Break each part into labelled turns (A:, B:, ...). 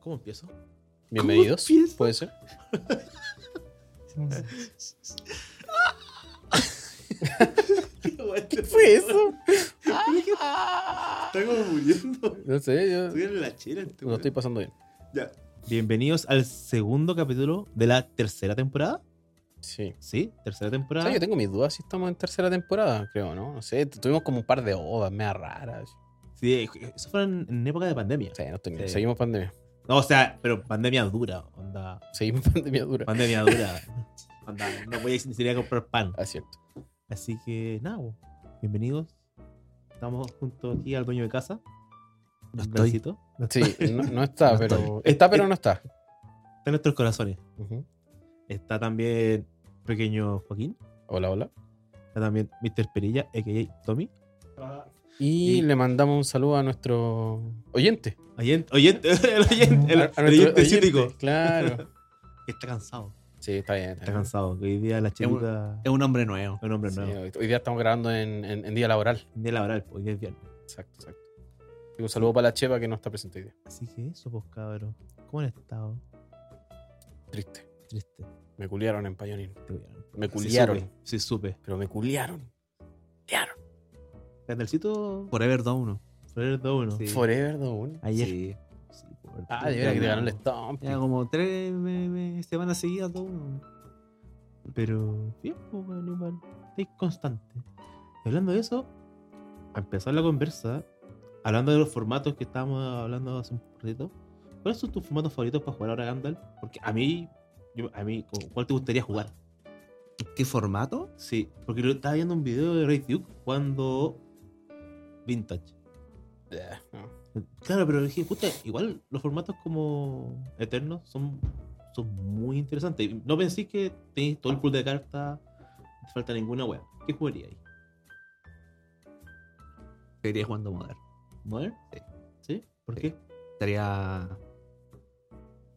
A: ¿Cómo empiezo?
B: Bienvenidos.
A: ¿Cómo empieza?
B: ¿Puede ser?
A: ¿Qué
B: eso?
A: Está como muriendo.
B: No sé, yo
A: Estoy en la chela, este
B: lo
A: weón.
B: estoy pasando bien.
A: Ya.
C: Bienvenidos al segundo capítulo de la tercera temporada.
B: Sí.
C: Sí, tercera
B: O
C: temporada.
B: sea, yo tengo mis dudas si estamos en tercera temporada, creo, ¿no? No sé, tuvimos como un par de ovas media raras.
C: Sí, eso fue en, en época de pandemia.
B: O sea, no estoy bien.
C: Sí.
B: Seguimos pandemia.
C: No, o sea, pero pandemia dura, onda.
B: Seguimos pandemia dura.
C: Pandemia dura. onda, no voy a ni siquiera a comprar pan.
B: Ah, cierto.
C: Así que nada, bo. bienvenidos. Estamos junto aquí al dueño de casa.
A: No
C: Un
A: estoy.
C: Gansito.
B: Sí, no, no está,
C: No
B: pero.
C: estoy.
B: Está, pero no está.
C: Está en nuestros corazones.
B: Ujú.
C: Está también pequeño Joaquín.
B: Hola, hola.
C: Está también Mr. Perilla, a.k.a. Tommy.
B: Y,
C: Y-
B: le mandamos un saludo a nuestro oyente.
C: Oyente, oyente, el oyente, el,
B: A-
C: el
B: a nuestro
C: oyente
B: oyente,
C: cítrico.
B: Claro.
C: Que está cansado.
B: Sí, está bien.
C: Está
B: Está bien.
C: cansado. que Hoy día la
A: un-
C: chelita
A: Es un hombre nuevo.
C: es un hombre
B: Sí,
C: nuevo.
B: hoy, hoy día estamos grabando en, en- en día laboral.
C: Un día laboral, pues, hoy día es viernes.
B: Exacto, exacto. Y un saludo para la Chepa que no está presente hoy día.
C: Así que eso, pues cabrón. ¿Cómo han estado?
B: Triste.
C: Triste.
B: Me culiaron en Payoneer.
C: Te cuidaron.
B: Me
C: Sí
B: culiaron.
C: supe, Sí, supe.
B: pero me culiaron. Culiaron.
C: Candelcito
A: Forever Dawn 1.
C: Forever 2-1.
A: Sí.
B: Forever Dawn.
C: Ayer.
A: Sí.
C: Sí, por-
B: Ah, de veras que te ganó el Stomp.
A: Ya como tres me- me- semanas seguidas Dawn 1.
C: Pero bien, pues, weón, igual. Estáis constante. Y hablando de eso, a empezar la conversa, hablando de los formatos que estábamos hablando hace un ratito, ¿cuáles son tus formatos favoritos para jugar ahora Gandalf? Porque a mí, yo- a mí, ¿con ¿cuál te gustaría jugar?
A: ¿Qué formato?
C: Sí, porque lo estaba viendo un video de Ray Duke cuando Vintage.
B: Ya, no.
C: Claro, pero dije, puta, igual los formatos como Eternos son, son muy interesantes. No pensé que tenéis todo el pool de cartas, no te falta ninguna wea. ¿Qué jugaría ahí?
A: Seguiría jugando Modern.
C: ¿Modern?
A: Sí.
C: ¿Sí? ¿Por
A: Sí.
C: qué?
A: Sería.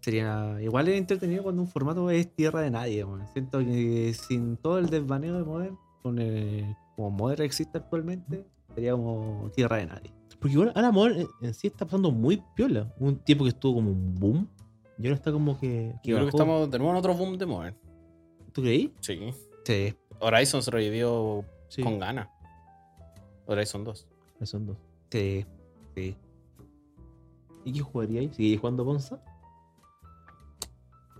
A: Sería. Igual es entretenido cuando un formato es tierra de nadie, weón. Siento que sin todo el desvaneo de Modern, con el- como Modern existe actualmente, sería como tierra de nadie.
C: Porque igual ahora Modern en- en sí está pasando muy piola. Un tiempo que estuvo como un boom y ahora está como que. que
B: Yo creo
C: bajó.
B: que estamos de nuevo en otro boom de Modern.
C: ¿Tú creí?
B: Sí.
A: Sí.
B: Horizon se revivió
C: Sí.
B: con ganas. Horizon 2.
C: Ah, Son dos.
A: Sí. Sí.
C: ¿Y qué jugaría ahí? ¿Seguiría jugando Bonza?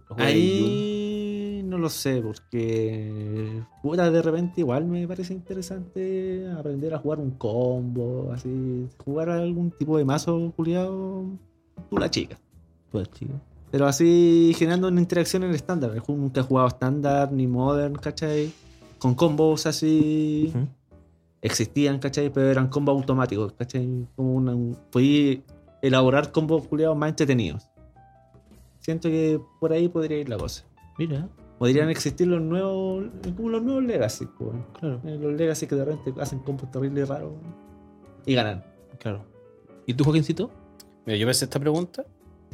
C: ¿O jugaría Yun?
A: Ahí no lo sé, porque puta, de repente igual me parece interesante aprender a jugar un combo, así, jugar algún tipo de mazo culiado, tú la chica.
C: Pues chico.
A: Pero así generando una interacción en el estándar. El juego nunca he jugado estándar ni modern, ¿cachai? Con combos así
C: Ujú.
A: existían, ¿cachai? Pero eran combos automáticos, ¿cachai? Como una, un- podí elaborar combos culiados más entretenidos. Siento que por ahí podría ir la cosa.
C: Mira,
A: Podrían existir los nuevos, como los nuevos Legacy, po, weón.
C: claro.
A: Eh, Los Legacy que de repente hacen combos terribles y raros weón. y ganan.
C: Claro. ¿Y tú, Joaquincito?
B: Mira, yo pensé esta pregunta,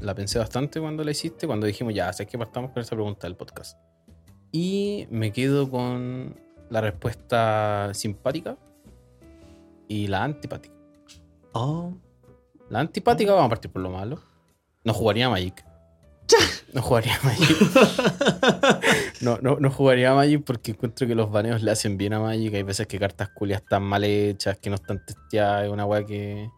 B: la pensé bastante cuando la hiciste, cuando dijimos, ya, sé que partamos con esa pregunta del podcast. Y me quedo con la respuesta simpática y la antipática.
C: Oh.
B: La antipática, vamos a partir por lo malo. No jugaría Magic. No jugaría Magic. No, no, no jugaría Magic porque encuentro que los baneos le hacen bien a Magic. Hay veces que cartas culias están mal hechas, que no están testeadas. Es una weá que.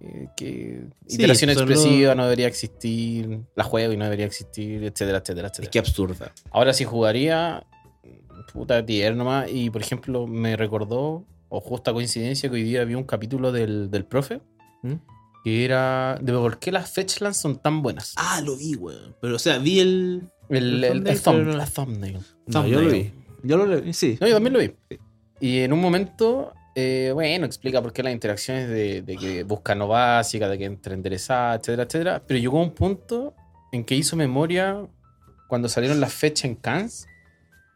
B: eh, que
C: Sí,
B: iteración
C: solo-
B: expresiva no debería existir. La juego y no debería existir, etcétera, etcétera, etcétera.
A: absurda.
B: Ahora sí jugaría. Puta tier nomás. Y por ejemplo, me recordó, o justa coincidencia, que hoy día vi un capítulo del, del profe.
C: ¿Mm?
B: Que era. De por qué las Fetchlands son tan buenas.
C: Ah, lo vi, weón. Pero, o sea, vi el.
B: el, el, el
C: thumbnail, pero
B: thumb-
C: no-
B: la thumbnail.
A: No, yo lo vi. Yo lo leí, sí.
B: No, yo también lo vi. Y en un momento, eh, bueno, explica por qué las interacciones de, de que buscan no básicas, de que entre enderezadas, etcétera, etcétera. Pero llegó un punto en que hizo memoria cuando salieron las fechas en Cannes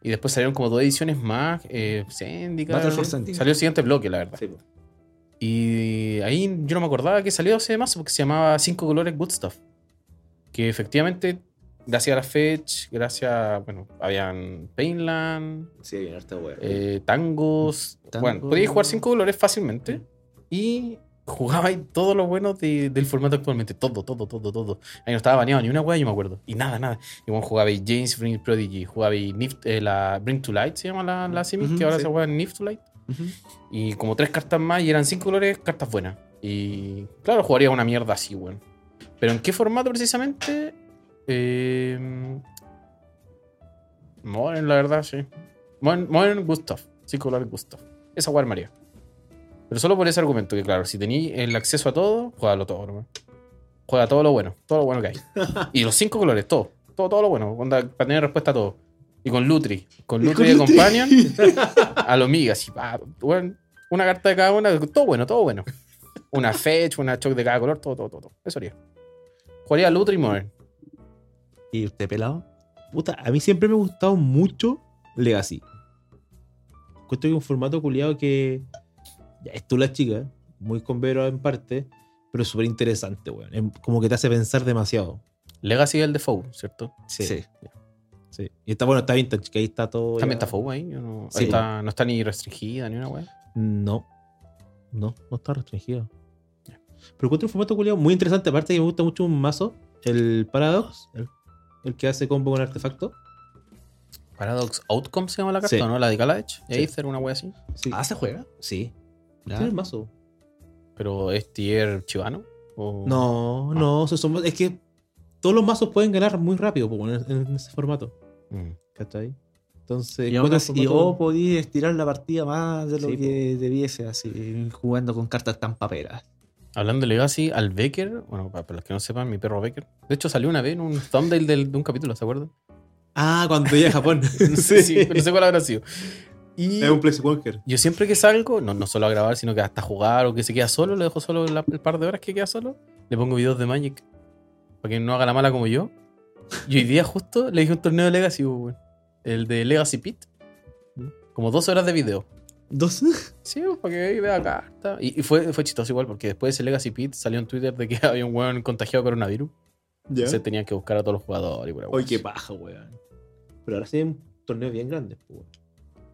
B: y después salieron como dos ediciones más. Eh, Zendikar.
A: Battle for Zendikar.
B: Salió el siguiente bloque, la verdad.
A: Sí, po.
B: Y ahí yo no me acordaba que salió ese mazo porque se llamaba Cinco Colores Good Stuff. Que efectivamente, gracias a la Fetch, gracias a- Bueno, habían Painland,
A: Sí, bien, harta weón.
B: eh, tangos.
A: Tango.
B: Bueno, podías jugar cinco colores fácilmente. Y jugaba y todo lo bueno de- del formato actualmente. Todo, todo, todo, todo. Ahí no estaba baneado ni una wea, yo me acuerdo. Y nada, nada. Y bueno, jugaba y James Bring Prodigy, jugaba y Nif- eh, la Bring to Light, se llama la, la simi,
A: Ujú,
B: que ahora
A: sí.
B: se juega en Nif to Light.
A: Ujú.
B: Y como tres cartas más y eran cinco colores, cartas buenas. Y claro, jugaría una mierda así, weón. Pero ¿en qué formato precisamente? Eh, Modern, la verdad, sí. Modern, Modern Gustav. Cinco colores Gustav. Esa weón María. Pero solo por ese argumento, que claro, si tenéis el acceso a todo, juégalo todo, weón. Juega todo lo bueno, todo lo bueno que hay. Y los cinco colores, todo. Todo, todo lo bueno. onda, para tener respuesta a todo. Y con Lutri. Con Lutri de Companion a lo migas. y pa, weón, una carta de cada una, todo bueno, todo bueno. Una fetch, una choc de cada color, todo, todo, todo. todo. Eso haría. Jugaría Lutri Modern.
A: ¿Y usted pelado?
C: Puta, a mí siempre me ha gustado mucho Legacy. Cuento que un formato culiado que. Ya es tú la chica, muy convero en parte, pero súper interesante, weón. Em, Como que te hace pensar demasiado.
B: Legacy es el de Fow, ¿cierto?
C: Sí. sí. Y está bueno, está vintage, que ahí está todo.
B: También
C: ya-
B: está Fow ahí. yo no, ahí
C: Sí.
B: está- no está ni restringida ni una weá.
C: No. No, no está restringido. Pero encuentro un formato culiado muy interesante. Aparte que me gusta mucho un mazo, el Paradox, el, el que hace combo con artefacto.
B: Paradox Outcome se llama la carta,
C: Sí.
B: ¿no? La de Galadech. Y
C: Sí.
B: ahí hacer una weá así.
C: Sí.
A: Ah, ¿se juega?
C: sí.
A: Ya.
C: Tiene el mazo.
B: Pero es tier chivano. o-
C: No, no, esos son- es que todos los mazos pueden ganar muy rápido po, en, en ese formato.
B: Mm.
C: ¿Cachai? Entonces,
A: Y, aún
C: encuentro
A: así- oh,
C: el
A: y
C: formato-
A: o podí estirar la partida más de lo
C: Sí,
A: que debiese, así, jugando con cartas tan paperas.
B: Hablando de Legacy, al Becker, bueno, para para los que no sepan, mi perro Becker. De hecho, salió una vez en un thumbnail del- de un capítulo, ¿se acuerdan?
C: Ah, cuando llegué a Japón.
B: No sé, si- no sé cuál habrá sido. Y
C: Es un place walker.
B: yo siempre que salgo, no, no solo a grabar, sino que hasta jugar o que se queda solo, lo dejo solo la- el par de horas que queda solo, le pongo videos de Magic. Para que no haga la mala como yo. Y hoy día justo le dije un torneo de Legacy, pues, weón. el de Legacy Pit. Como dos horas de video.
C: Dos.
B: Sí, pues, para que ahí vea carta. Y, y fue, fue chistoso igual, porque después de ese Legacy Pit salió en Twitter de que había un weón contagiado de coronavirus.
C: Ya.
B: Entonces tenían que buscar a todos los jugadores. y pura
C: Oye,
B: weá.
C: qué paja, weón. Pero ahora sí hay un torneo bien grande. po, weón.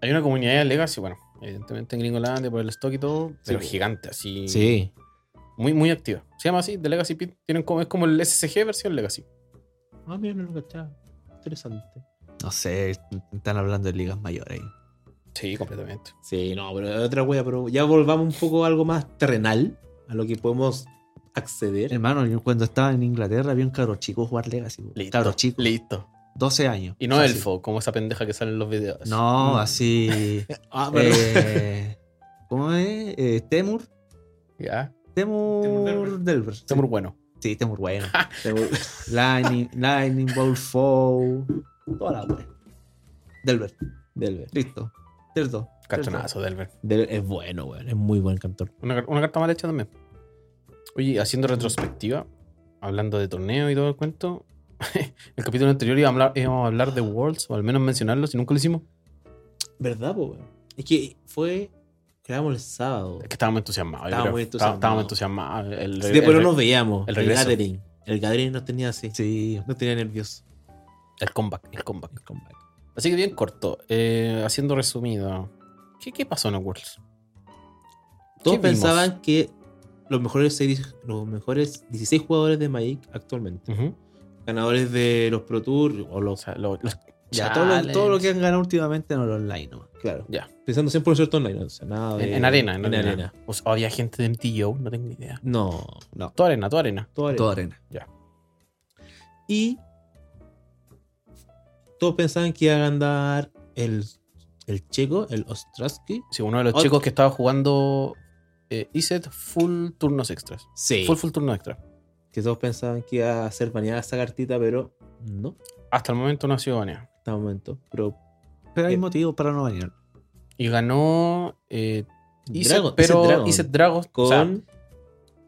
B: Hay una comunidad de Legacy, bueno, evidentemente en Gringolandia por el stock y todo, pero
C: pues.
B: gigante, así.
C: Sí.
B: Muy, muy activa. Se llama así, The Legacy Pit. Tienen como, es como el SSG versión Legacy.
C: Ah, mira, no lo cachaba. Interesante.
A: No sé, están hablando de ligas mayores. ahí.
B: Sí, completamente.
C: Sí, no, pero es otra wea, pero ya volvamos un poco a algo más terrenal, a lo que podemos acceder.
A: Hermano, yo cuando estaba en Inglaterra había un cabro chico jugar Legacy. po.
B: Listo.
A: Cabro chico,
B: Listo.
A: 12 años.
B: Y no
A: fácil.
B: Elfo, como esa pendeja que sale en los videos.
A: No,
C: Mm.
A: así.
C: Ah,
A: eh, ¿Cómo es? Eh, Temur.
B: Ya.
A: Temur
C: Temur
A: Delver. Sí.
B: Está muy bueno.
A: Sí, Temur bueno.
C: pero-
A: Lightning, Lightning Bolt Foe. Toda la wea. Delver.
C: Delver.
A: Listo. Cierto.
B: Cartonazo, Delver.
C: Delver es bueno, weón. Es muy buen cantor.
B: Una, car- una carta mal hecha también. Oye, haciendo retrospectiva, hablando de torneo y todo el cuento, el capítulo anterior íbamos a hablar, íbamos a hablar de Worlds, o al menos mencionarlo, si nunca lo hicimos.
C: ¿Verdad, po, weón? Es que fue. Creamos el sábado.
B: Es que estábamos entusiasmados. yo
C: Estábamos
B: creo.
C: entusiasmados.
B: Estábamos entusiasmados. El,
C: Sí,
B: el-
C: después
B: el-
C: no nos veíamos.
B: el
C: El,
B: regreso.
C: gathering. El gathering nos tenía así.
A: Sí.
C: Nos tenía nervioso.
B: el comeback, el comeback.
C: El comeback.
B: Así que bien corto, eh, haciendo resumido, ¿qué, qué pasó en el Worlds?
C: Todos
B: vimos?
C: pensaban que los mejores, seis- los mejores 16 jugadores de Magic actualmente,
B: Ujú. Mm.
C: ganadores de los Pro Tour o
B: O
C: los.
B: sea, lo- los-
A: Ya, todo
B: Challenge.
A: lo, todo lo que han ganado últimamente en el online nomás.
C: Claro.
B: Ya.
C: Pensando 100% online. O sea, nada.
B: en,
C: de-
B: en arena, en,
C: Eh, en
B: arena. O sea, había gente de MTO, no tengo ni idea.
C: No,
A: No,
B: Toda arena, toda arena.
C: todo arena.
A: todo arena.
C: Y todos pensaban que iba a ganar el, el checo, el Ostrowski.
B: Sí, uno de los
C: Ot-
B: chicos que estaba jugando eh, EZ full turnos extras.
C: Sí.
B: Full, full turnos extras.
C: Que todos pensaban que iba a ser baneada esa cartita, pero no,
B: Hasta el momento no ha sido baneado.
C: hasta el momento. Pero
A: Pero hay
C: Eh.
A: motivos para no bañar.
B: Y ganó eh, EZ,
C: Dragon- Iset
B: pero
C: Dragon
B: EZ Dragons
C: con.
B: o sea,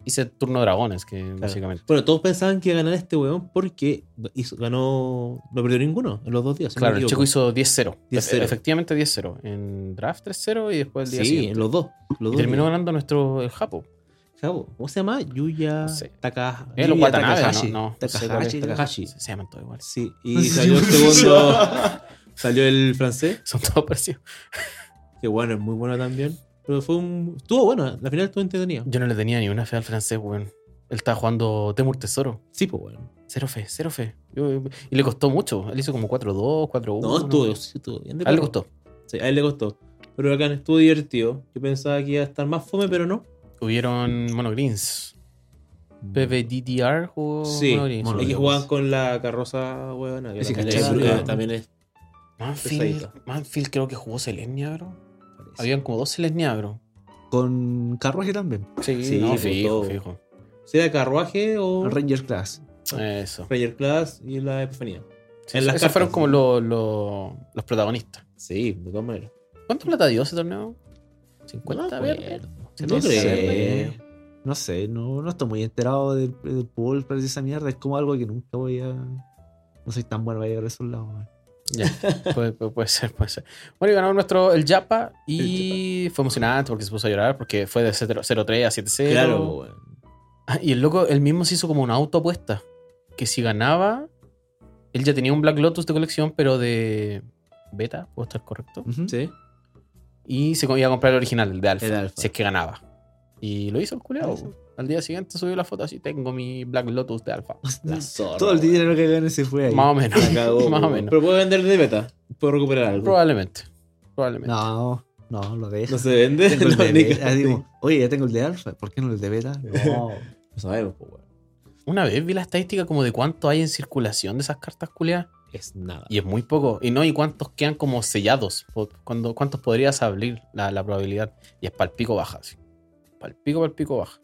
B: EZ turno dragones, que básicamente.
C: Bueno, todos pensaban que iba a ganar este weón porque hizo- ganó. No perdió ninguno en los dos días. si no
B: Claro,
C: me
B: el chico
C: equivoco.
B: hizo 10-0.
C: 10-0.
B: Efe- Efectivamente 10-0. En draft 3-0 y después el día
C: Sí,
B: siguiente.
C: en los dos. Los
B: Y
C: dos
B: terminó
C: días.
B: ganando nuestro el Japo.
C: Jabo, ¿Cómo se llama? Yuya
B: No sé.
C: Takaha-
B: Eh, los
A: Yuya
B: Watanabe,
A: Takahashi.
B: ¿no? No, no sé cuál es.
A: Takahashi.
C: Takahashi.
B: Se, se llaman todos igual.
C: Sí, y salió el segundo. salió el francés.
B: Son todos parecidos.
C: Que bueno, es muy bueno también. Pero fue un. Estuvo bueno, la final estuvo entretenida.
B: Yo no le tenía ni una fe al francés, weón. Él estaba jugando Temur Tesoro.
C: Sí, pues bueno.
B: Cero fe, cero fe. Yo- y le costó mucho. Él hizo como 4-2, 4-1.
C: No, estuvo, sí, estuvo bien. de
B: A él le
C: perro.
B: costó.
C: Sí, a él le costó. Pero acá estuvo divertido. Yo pensaba que iba a estar más fome, pero no.
B: Hubieron monogreens. PBDDR jugó
C: Mm. Sí,
B: monogreens.
A: mono-
C: hay
A: Mono-
C: que jugaban con la carroza, huevona. que
A: Sí,
C: también
A: cachai,
C: es-
A: claro.
C: También es.
B: Manfield,
C: Pesadito.
B: Manfield creo que jugó Selenia, bro. Habían como dos Selenia, bro.
A: Con carruaje también.
B: Sí,
C: Sí,
B: no,
C: pues,
B: fijo,
C: todo.
B: fijo.
C: Si era carruaje
B: Oh.
C: o
A: Ranger Class.
B: Eso.
C: Ranger Class y la Epifanía.
B: Sí,
C: En las
B: esos
C: cartas.
B: fueron como lo- lo- los protagonistas.
C: Sí, de todas maneras.
B: ¿Cuánto plata dio ese torneo? ¿50
C: No pues, me
B: verdes?
C: acuerdo.
B: Se
C: No
B: me
C: creo.
B: hace-
A: No sé, no, no estoy muy enterado del, del pool, pero esa mierda es como algo que nunca voy a. No soy tan bueno para llegar a esos lados. man.
B: Ya, puede, puede- puede ser, puede ser. Bueno, y ganamos nuestro el Japa y fue emocionante porque se puso a llorar porque fue de 0 0-3 a 7-0.
C: Claro, pues, weón.
B: Ah, Y el loco, él mismo se hizo como una autoapuesta. Que si ganaba, él ya tenía un Black Lotus de colección, pero de beta, puedo estar correcto.
A: Ujú.
C: Sí.
B: Y se co- iba a comprar el original, el de Alpha,
C: El Alpha.
B: si es que ganaba. Y lo hizo el culeado.
A: Eso.
B: Al día siguiente subió la foto así, tengo mi Black Lotus de Alpha.
C: La zorra.
A: Todo el
C: weón.
A: dinero que gané se fue ahí.
B: Más o menos.
C: La cagó,
B: Más o
C: weón.
B: menos.
C: Pero puedo vender de beta. Puedo recuperar algo.
B: Probablemente. Probablemente.
A: No, no, lo dejo.
C: No se vende.
A: Tengo el
C: no,
A: de
C: ni
A: beta.
C: cagando.
A: Así como, Oye, ya tengo el de alfa, ¿por qué no el de beta? No.
C: No sabemos, pues, weón.
B: Una vez vi la estadística como de cuánto hay en circulación de esas cartas culeadas.
C: Es nada.
B: Y es muy poco. Y no, y cuántos quedan como sellados. Po- Cuando, ¿Cuántos podrías abrir la, la probabilidad? Y es pal pico baja. Así. Pal pico, pal pico baja.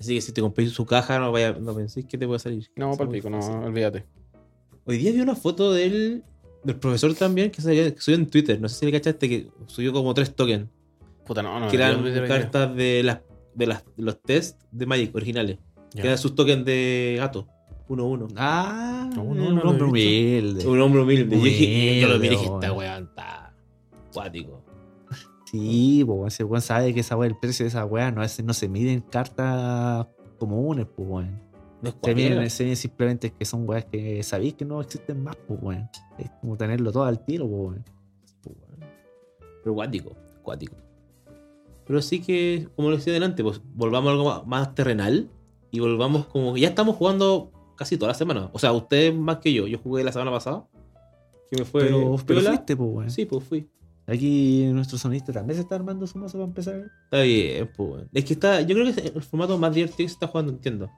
C: Así que si te compréis su caja, no, vaya, no penséis que te puede salir.
B: No,
C: Es
B: pal
C: muy
B: pico, no,
C: fácil.
B: olvídate.
C: Hoy día vi una foto del, del profesor también que, salía- que subió en Twitter. No sé si le cachaste que subió como tres tokens.
B: Puta, no, no.
C: que
B: no,
C: eran
B: Ah, yo- yo- yo-
C: cartas de, las, de las, de los test de Magic originales.
B: Ya.
C: Que eran sus tokens de gato. Uno uno.
A: Ah,
B: No, no,
A: un
B: no lo he
A: hombre
B: visto.
A: humilde.
C: Un hombre humilde. Yo, dije, yo lo miré y dije,
A: Humilde,
C: esta
A: weón.
C: weón está acuático.
A: Sí, po, ese weón sabe que esa weá, el precio de esa weá no, es- no se mide en cartas comunes, pues weón.
C: No es
A: Se miden,
C: cualquiera.
A: se miden simplemente que son weas que sabéis que no existen más, pues weón. Es como tenerlo todo al tiro, pues weón.
C: Pero acuático, acuático. Pero sí que, como lo decía delante, pues volvamos a algo más, más terrenal y volvamos como que ya estamos jugando casi toda la semana. O sea, ustedes más que yo. Yo jugué la semana pasada. Que me fue
A: Pero, pero
C: Pues, piola.
A: fuiste, pues weón.
C: Sí, pues fui.
A: Aquí nuestro sonista también se está armando su mazo para empezar.
C: Está bien, pues. weón. Es que está, yo creo que es el formato más divertido que se está jugando, entiendo.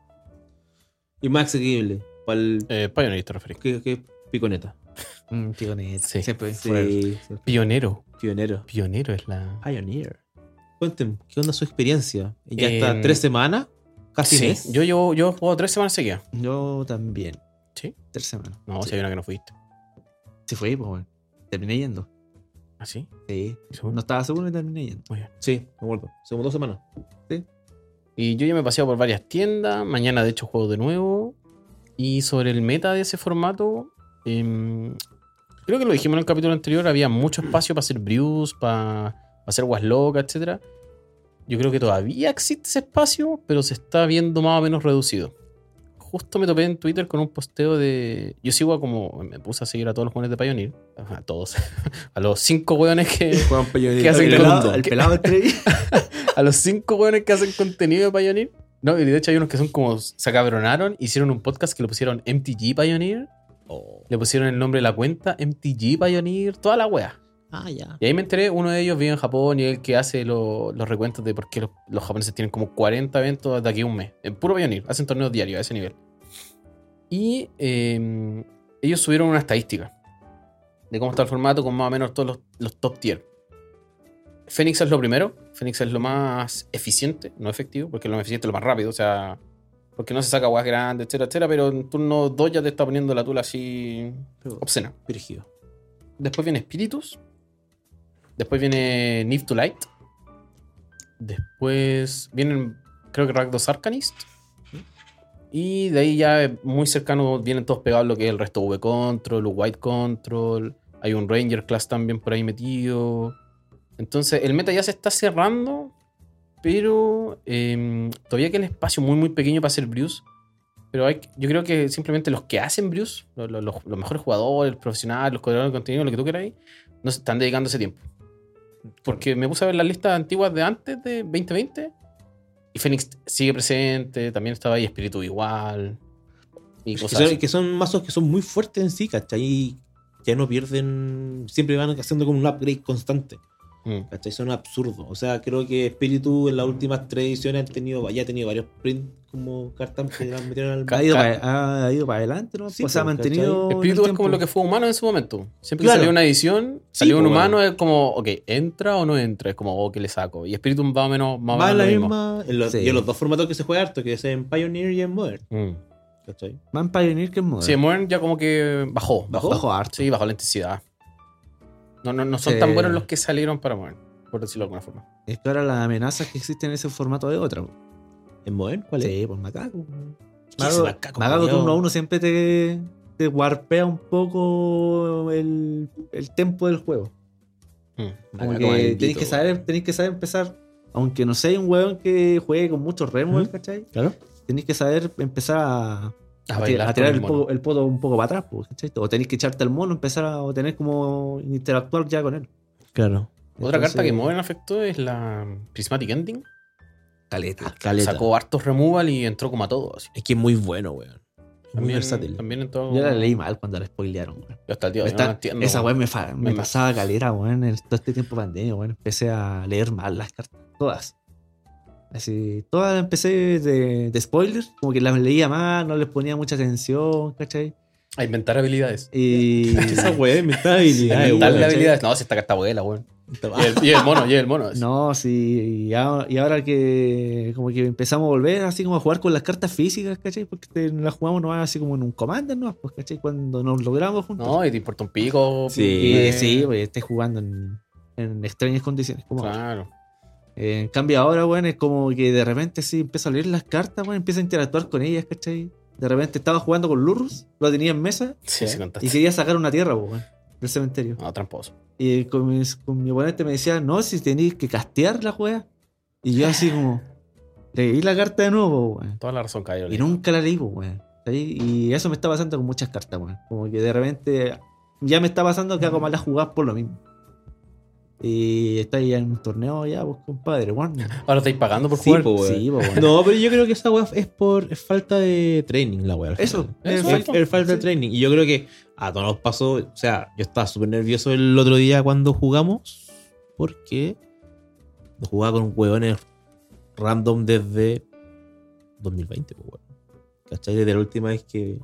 C: Y más asequible para el
B: Eh, Pioneer te referís.
C: que, que es piconeta.
A: Mm, tío Ned.
B: Sí.
A: Siempre
C: Sí,
A: fue-
C: sí,
B: Pionero.
C: pionero.
B: Pionero es la.
C: Pioneer. Cuenten, ¿qué onda su experiencia?
A: Eh,
C: Ya
B: En-
C: está tres semanas, casi
B: Sí,
C: mes.
B: yo llevo yo he jugado tres semanas seguidas.
A: Yo también.
B: ¿Sí?
A: Tres semanas.
B: No, si
A: sí.
B: hay una que no fuiste.
A: Sí fue, pues weón. Terminé yendo.
B: ¿Ah, sí?
A: Sí.
B: Seguro.
A: No estaba seguro y terminé yendo.
C: Sí, me acuerdo. Según dos semanas.
B: Y yo ya me he paseado por varias tiendas. Mañana, de hecho, juego de nuevo. Y sobre el meta de ese formato, em, creo que lo dijimos en el capítulo anterior: había mucho espacio para hacer brews, para hacer guas locas, etc. Yo creo que todavía existe ese espacio, pero se está viendo más o menos reducido. Justo me topé en Twitter con un posteo de. Yo sigo a como. Me puse a seguir a todos los jugadores de Pioneer. A todos. A los cinco hueones que.
C: Juegan Pioneer.
B: ¿Qué hacen
A: El
B: con-
A: pelado, el
B: ¿Qué?
A: pelado del Trevi.
B: a los cinco weones que hacen contenido de Pioneer. No, y de hecho hay unos que son como se acabronaron, hicieron un podcast que le pusieron MTG Pioneer, le pusieron el nombre de la cuenta, MTG Pioneer, toda la wea.
C: Ah, ya.
B: Y ahí me enteré, uno de ellos vive en Japón y el que hace lo- los recuentos de por qué los, los japoneses tienen como 40 eventos de aquí a un mes. En puro Pioneer, hacen torneos diarios a ese nivel. Y eh, ellos subieron una estadística de cómo está el formato con más o menos todos los, los top tier. Fénix es lo primero, Fénix es lo más eficiente, no efectivo, porque lo más eficiente es lo más rápido, o sea, porque no se saca guas grandes, etcétera, etcétera, pero en turno 2 ya te está poniendo la tula así obscena.
C: Virgio.
B: Después viene Spiritus. Después viene Need to Light. Después vienen, creo que Rakdos Arcanist. Y de ahí ya eh, muy cercano vienen todos pegados lo que es el resto V Control, White Control. Hay un Ranger Class también por ahí metido. Entonces el meta ya se está cerrando. Pero eh, todavía queda el espacio muy muy pequeño para hacer Bruce. Pero hay, que- yo creo que simplemente los que hacen Bruce, lo- lo- los, los mejores jugadores, los profesionales, los creadores de contenido, lo que tú queráis, no se están dedicando ese tiempo. Porque me puse a ver las listas antiguas de antes de 2020. Y Fénix sigue presente, también estaba ahí Espíritu igual. Y
C: Que
B: cosas
C: son,
B: así.
C: que son mazos que son muy fuertes en sí, ¿cachai? Y ya no pierden. Siempre van haciendo como un upgrade constante.
B: Mm.
C: ¿Cachai? Son absurdos. O sea, creo que Espíritu en las últimas tres ediciones han tenido, ya ha tenido varios prints como cartas que las metieron al
A: Ha ido, para, ha ido para adelante, ¿no?
C: Sí,
A: o sea, ha
C: pues,
A: mantenido. en el
B: Espíritu es como
A: tiempo.
B: lo que fue humano en su momento. Siempre que
C: Claro.
B: salió una edición,
C: Sí,
B: salió un
C: pues,
B: humano,
C: bueno.
B: es como, ok, ¿entra o no entra? Es como, oh, ¿qué le saco? Y Espíritu más o menos, más o
C: Va
B: menos
C: en la
B: lo mismo.
C: misma. En los,
A: Sí.
C: Y en los dos formatos que se juega harto, que es en Pioneer y en Modern.
B: Mm.
C: ¿Cachai?
A: Más en Pioneer que en Modern.
B: Sí, Modern ya como que bajó.
A: bajó. Bajó harto.
B: Sí, bajó la intensidad. No, no, no son
A: Sí.
B: tan buenos los que salieron para Modern, por decirlo de alguna forma.
A: Es que ahora las amenazas que existen en ese formato de otra. po.
C: ¿En Modern? ¿Cuál es?
A: Sí, pues Macaco.
C: ¿Qué es
A: Macaco,
C: macaco,
A: Macaco
C: culiao?
A: turno 1 siempre te, te warpea un poco el, el tempo del juego.
B: Mm.
A: Como
C: Macaco
A: que
C: maldito,
A: tenés que saber,
C: weón.
A: tenés que saber empezar. Aunque no sea un hueón que juegue con muchos remos,
C: Ujú.
A: ¿cachai?
C: Claro.
A: Tenés que saber empezar a,
B: A
A: a,
B: bailar
A: tirar- a
B: con
A: tirar
B: el
A: el,
B: mono.
A: poco- el poto un poco para atrás, po, ¿cachai? O tenés que echarte al mono, empezar a o tener como interactuar ya con él.
C: Claro.
B: Otra carta que
A: Entonces,
B: Modern afectó es la Prismatic Ending. Ah,
A: Caleta.
C: Caleta.
B: Sacó hartos removal y entró como a todo. así.
C: Es que es muy bueno, weón. Es muy
B: También,
C: versátil.
B: también entró.
A: Yo la leí mal cuando la spoilearon, weón.
B: Yo hasta el día de hoy
A: Está-
B: no la entiendo.
A: esa
B: weón.
A: weón me, fa- me
B: Me pa-
A: pasaba calera, weón, en todo este tiempo pandemia, weón. Empecé a leer mal las cartas, todas. Así, todas las empecé de, de spoiler, como que las leía mal, no les ponía mucha atención, ¿cachai?
B: A inventar habilidades.
A: Y.
C: Esa weón me está habilidad.
B: A
A: Ay,
B: inventarle
A: weón,
B: habilidades. No, si esta carta vuela, weón. Y el, y el mono, y el mono.
A: No, sí, y ahora, y ahora que como que empezamos a volver así como a jugar con las cartas físicas, ¿cachai? Porque te- las jugamos nomás así como en un commander, ¿no? Pues, ¿cachai? Cuando nos logramos juntos.
B: No, y te importa un pico.
C: Sí.
A: y,
B: eh,
A: sí, pues esté jugando en, en extrañas condiciones. Como ahora.
B: Claro.
A: Eh, en cambio ahora, weón, es como que de repente sí empiezo a leer las cartas, weón, empiezo a interactuar con ellas, ¿cachai? De repente estaba jugando con Lurrus, lo tenía en mesa
B: Sí, sí,
A: y
B: contaste.
A: quería sacar una tierra, pues, weón, del cementerio.
B: No, tramposo.
A: Y con, mis- con mi oponente me decía, no, si tenéis que castear la juega. Y yo así como, leí la carta de nuevo, weón.
B: Toda la razón, Cayo.
A: Y nunca la leí, pues, weón. ¿Cachai? Y eso me está pasando con muchas cartas, weón. Como que de repente ya me está pasando que hago malas jugadas por lo mismo. Y estáis en un torneo ya, pues, compadre, weón.
B: Ahora estáis pagando por
C: Sí,
B: jugar.
C: po, weón.
A: Sí, pues, weón.
C: No, pero yo creo que esa weá es por es falta de training, la weá. al
A: Eso,
C: final.
A: es
C: Es,
A: falta.
C: es falta de
A: Sí.
C: training. Y yo creo que a todos nos pasó. O sea, yo estaba súper nervioso el otro día cuando jugamos. Porque jugaba con hueones random desde 2020, pues, weón. ¿Cachai? Desde la última vez que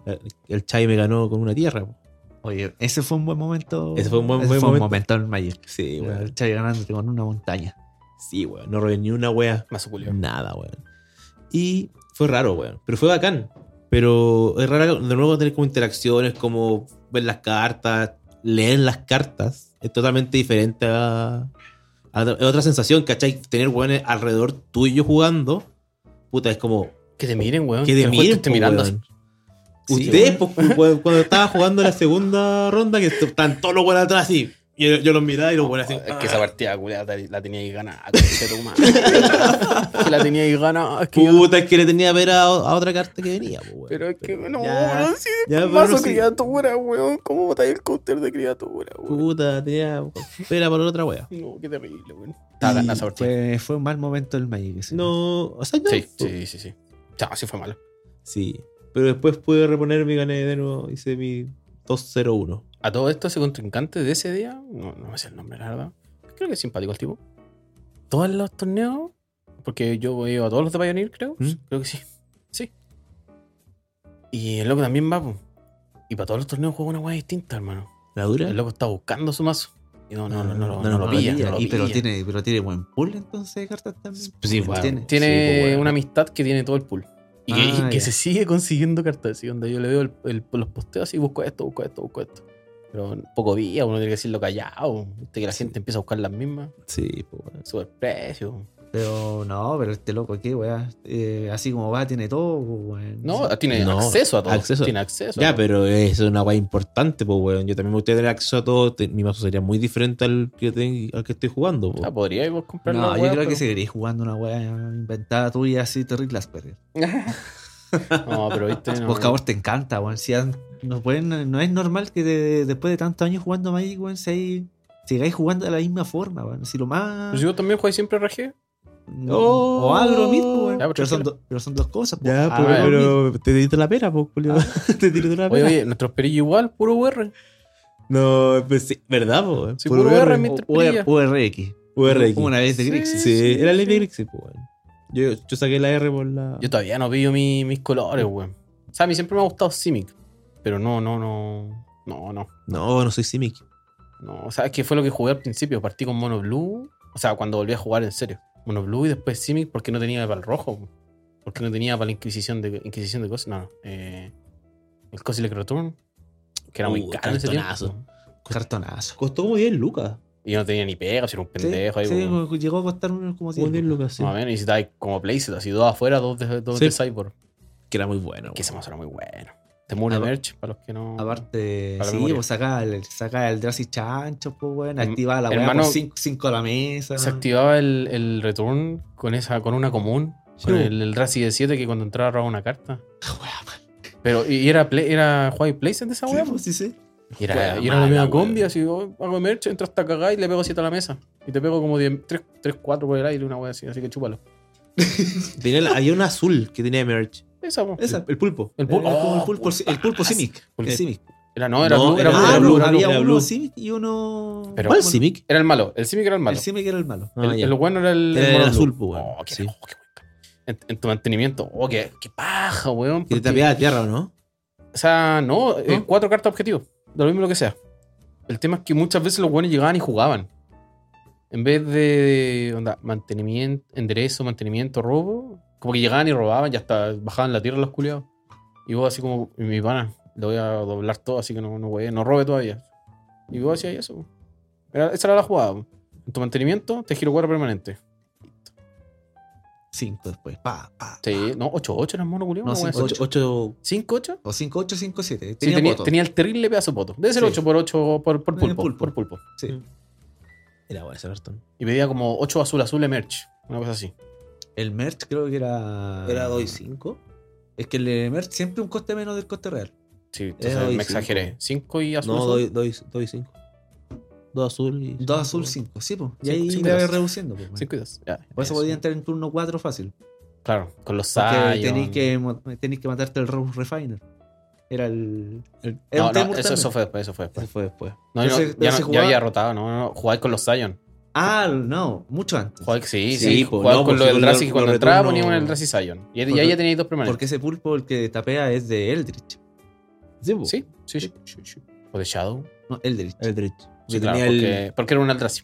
C: el Chai me ganó con una tierra. pues. po.
A: Oye, ese fue un buen momento.
C: Ese fue un buen- buen
A: fue
C: momento.
A: un momento en Magic.
C: Sí, weón.
A: Chay ganándote con una montaña.
C: Sí, weón. No robé ni una wea.
B: Más
C: Nada, weón. Y fue raro, weón. Pero fue bacán. Pero es raro de nuevo tener como interacciones, como ver las cartas, leer las cartas. Es totalmente diferente a. a otra- es otra sensación, ¿cachai? Tener weones alrededor tuyo jugando. Puta, es como.
B: Que te miren, weón.
C: Que
B: Que
C: de
B: el juez
C: miren, pues,
B: te esté
C: po,
B: mirando
C: weón.
B: así. Sí,
C: Ustedes, pues, cu- cu- cuando estaba jugando la segunda ronda, que están todos los weones atrás así. Y yo, yo los miraba y los weones así.
B: Es eh, que esa partida, culiada, te- la tenía ah, que ganar. conche tu madre. Que la tenía que ganar. es que yo-
C: Puta, es que le tenía a ver a, a otra carta que venía, po, weón.
B: Pero es que, no,
C: ya.
B: no, sí,
C: Ya, pero
B: mazo
C: no, sí.
B: criatura, weón. ¿Cómo botáis el counter de criatura, weón?
C: Puta, tenía espera por otra wea.
B: No, qué terrible, Ah, weón. Estaba ganando esa partida.
A: Fue, fue un mal momento en Magic. ese.
C: No, o sea, no.
B: Sí, sí, sí, sí. No, sí fue malo.
C: Sí. Pero después pude reponerme y gané de nuevo. Hice mi 2-0-1.
B: A todo esto, ese contrincante de ese día, no, no me sé el nombre, la verdad. Creo que es simpático el tipo. Todos los torneos, porque yo he ido a todos los de Pioneer, creo.
C: ¿Mm?
B: Creo que sí. Sí. Y el loco también va, po. Y para todos los torneos juega una weá distinta, hermano.
C: ¿La dura?
B: El loco está buscando su mazo. Y no, no, no, no,
C: No,
B: no,
C: no
B: lo
C: lo
B: pilla.
A: Maravilla.
B: no lo
A: Y pero
B: pilla. pues
A: tiene, pero tiene buen pool entonces de cartas también.
C: Sí, bueno.
A: Tiene.
B: Tiene
C: Sí, pues, bueno.
B: una amistad que tiene todo el pool. Y que,
A: Ah,
B: y que
A: ya.
B: se sigue consiguiendo cartas. así, donde yo le veo el- el- los posteos y busco esto, busco esto, busco esto. Pero en poco día, uno tiene que decirlo callado. Viste que la gente empieza a buscar las mismas.
C: Sí, pues bueno.
B: Super precio.
A: Pero no, pero este loco, ¿qué weá? Eh, así como va, tiene todo, pues, weón.
B: No, tiene
C: No,
B: acceso a todo.
C: acceso.
B: Tiene acceso.
C: Ya, pero es una wea importante, pues weón. Yo también me gustaría tener acceso a todo. Te- Mi mazo sería muy diferente al que, ten- al que estoy jugando, po.
B: O sea, podría ir vos a comprar
A: No,
B: la
A: yo
B: hueá,
A: creo que
B: pero-
A: seguiría jugando una weá inventada tuya así, terrible Asperger.
B: No, pero viste. no.
A: Porque a vos te encanta, weón. Si han- no, pueden- no es normal que de- después de tantos años jugando Magic, weón, si hay sigáis jugando de la misma forma, weón. Si lo más.
B: Pero si vos también jugáis siempre RG.
A: No,
C: Oh.
A: o algo mismo,
B: Ya,
A: weón.
B: pero
A: Pero, son
B: tranquilo.
A: do- pero son dos cosas, po.
C: Ya,
A: Ah,
C: pues,
B: ya.
C: pero te tirito la pera, pues, Julio. te tirito la
B: Oye,
C: pera.
B: oye, nuestros perillos igual, puro UR.
C: No, pues sí, ¿verdad, pues?
B: Sí, puro R, mi-
A: o-
B: Mr.
A: UR-
B: Pilla.
A: URX.
C: URX.
A: Como una vez de
B: Sí.
A: Grixis.
C: Sí, era la ley de
B: sí.
C: Grixis, pues, weón. Yo, yo saqué la R por la.
B: Yo todavía no pillo mi- mis colores, weón. O sea, a mí siempre me ha gustado Simic. Pero no, no, no. No, no.
C: No, no soy Simic.
B: No, o sea, es que fue lo que jugué al principio. Partí con Mono Blue. O sea, cuando volví a jugar en serio. Mono Blue y después Simic porque no tenía para el rojo. Porque no tenía para la Inquisición de, Inquisición de cosas. No, no. Eh, el Cosmic Return. Que era muy
C: Uh,
B: caro en ese
C: cartonazo.
B: tiempo.
A: Cartonazo.
C: Costó como 10 lucas.
B: Y yo no tenía ni pega, si era un
A: Sí,
B: pendejo ahí.
A: sí, pues,
B: weón.
A: como- llegó a costar unos como
C: Como 10
A: 100.
C: lucas, sí.
B: Más o menos, y si estabas como playset, así dos afuera, dos de, dos
C: Sí.
B: de cyborg.
C: Que era muy bueno.
B: Que se me suena muy bueno. Te muere
A: Apar-
B: merch para los que no.
A: Aparte,
B: Para la
A: sí,
B: memoria.
A: pues sacaba el, sacaba el Drassi Chancho, pues, weón.
B: Herm-
A: Activaba la weá
B: hermano,
A: por 5 a la mesa.
B: Se activaba el, el return con esa con una común.
C: Sí, Ah,
B: Con
C: bo.
B: el, el Rassi de 7 que cuando entraba robaba una carta.
A: Weá, man.
B: Pero, ¿y era, play, era Huawei Playset de esa
A: Sí,
B: weá?
A: pues, sí, sí.
B: Y era,
C: Wea
B: y era la
C: mala,
B: misma
C: wea.
B: combi, así, oh, hago merch, entras hasta cagá y le pego 7 a la mesa. Y te pego como 3, 4 por el aire, una weá así, así que chúpalo.
C: Tenía la- había una azul que tenía merch.
B: Esa, po.
A: Esa.
C: El pulpo.
B: El
A: Era
B: pul-
A: como el
B: oh,
A: pulpo, el pulpo Simic.
B: Porque-
A: El Simic.
B: Era, no, era
C: No,
B: blue, era,
C: era
B: blue,
A: Ah,
B: era
A: no,
B: blue.
C: blue,
A: había
C: era
A: uno
C: blue.
A: Simic y uno.
B: Pero-
C: ¿Cuál
A: bueno,
C: Simic?
B: Era el malo, el Simic era el malo.
A: El Simic era el malo.
C: Ah,
B: El,
C: ya.
B: el bueno era el,
C: Era el
B: mono
C: azul, pues, weón.
B: Oh, qué,
C: Sí.
B: oh, qué buen- en, en tu mantenimiento, oh, qué, qué paja, weón.
C: Que te
B: porque-
C: tapía la tierra, ¿o no?
B: o sea, no, eh,
C: ¿No?
B: cuatro cartas objetivo, da lo mismo lo que sea. El tema es que muchas veces los buenos llegaban y jugaban. En vez de, onda, mantenimiento, enderezo, mantenimiento, robo, como que llegaban y robaban y hasta bajaban la tierra los culiados. Y vos así como, "Y mi pana, lo voy a doblar todo, así que no, no, weón, no robe todavía. Y vos hacías eso. Era- esa era la jugada. weón. En tu mantenimiento, te giro cuatro permanente.
A: Cinco después. Pa, pa.
B: Sí, no, 8-8 era el mono culiado.
A: No, cinco, ocho.
C: 8.
B: 5-8.
A: O 5, 8, 5, 7.
B: Sí,
A: Tenía
B: tenía,
A: voto.
B: tenía el terrible pedazo de poto. Debe ser
A: Sí.
B: 8 por 8 por, por
A: Tenía
B: pulpo,
A: pulpo.
B: Por pulpo.
A: Sí.
C: Era bueno ese cartón.
B: Y pedía como 8 azul azul emerge. Una cosa así.
A: El merch creo que era.
C: Era 2 y 5.
A: Es que el de merch siempre un coste menos del coste real.
B: Sí, entonces
C: doy
B: me
C: cinco.
B: exageré. 5 y azul.
C: No,
B: azul.
C: 2 y 5. 2 azul y.
A: 2 azul 5, sí, pues. Y
B: Cinco,
A: ahí
B: cinco,
A: te vas
B: dos.
A: reduciendo. Pues,
B: Cinco y dos. Ya,
A: Por eso
B: eso.
A: podía entrar en turno 4 fácil.
B: Claro, con los
A: Porque
B: Zion.
A: tenéis que, mo- tenéis que matarte el Rose Refiner. Era el. el- era
B: No,
A: un
B: no,
A: Temur
B: eso, eso
A: también.
B: fue después, eso fue
C: Ese
B: después.
C: fue después.
B: No,
A: Pero
B: no,
A: ese- pero
B: ya,
A: ese
B: no, ya
A: jugaba-
B: había rotado, no, no, no. Jugáis con los Zion.
A: Ah, no, mucho antes.
B: Jugáis, sí, sí,
C: Sí, po,
B: jugaba
C: no,
B: con
C: pues,
B: lo
C: si
B: del
C: con
B: Drazi
C: los-
B: cuando
C: los
B: entraba
C: retornos-
B: poníamos el Drazi Zion. Y, y
A: Porque-
B: ahí ya teníais dos permanentes.
A: Porque ese pulpo, el que tapea, es de Eldritch.
C: Sí, po.
B: Sí, sí, sí, sí, sí. O de Shadow.
A: No, Eldritch.
C: El derecho.
B: Sí,
C: Que
B: claro,
C: tenía
B: porque,
C: el.
B: porque era un Aldrazi.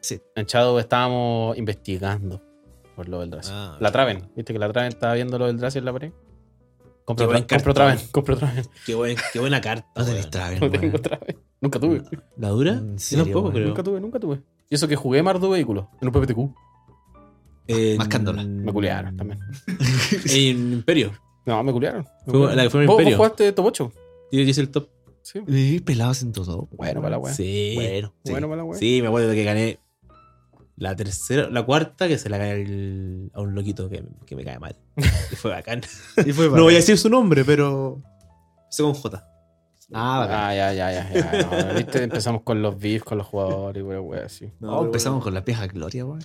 A: Sí.
B: En Shadow estábamos investigando por lo del Drazi.
C: Ah,
B: la Traven, viste que la Traven estaba viendo lo del Drazi en la pared. Compro,
C: Qué buen
B: otra compro
C: cartón.
B: Traven, compro Traven.
C: Qué, buen- qué buena carta.
A: No tenés
C: weón.
A: Traven,
B: No
A: weón.
B: tengo Traven. Nunca tuve.
C: ¿La dura?
A: ¿En
C: Yo tampoco
A: serio,
C: creo.
B: Nunca tuve, nunca tuve. Y eso que jugué Mardu Vehículo en un PPTQ.
C: En-
A: Mascándola.
B: Me culearon también.
C: En Imperio.
B: No, me culearon. Me
C: Fue
B: culearon.
C: la que fue en
B: ¿Vos,
C: Imperio.
B: ¿Vos jugaste Top 8?
C: Yo hice el top.
B: Sí.
A: Viví pelado haciendo todo.
B: Bueno, para la wea.
C: Sí.
A: Bueno, sí.
B: Bueno, para la wea.
C: Sí, me acuerdo que gané la tercera, la cuarta que se la gané al- a un loquito que, que me cae mal. Y fue bacán.
A: Y fue
C: no voy a
A: bacán.
C: decir su nombre, pero. Según J.
A: Ah, bacán.
B: Ah, ya, ya, ya. ya, no, ¿viste? Empezamos con los beefs, con los jugadores, wea, wea, así.
A: Oh, empezamos con la vieja gloria, weón.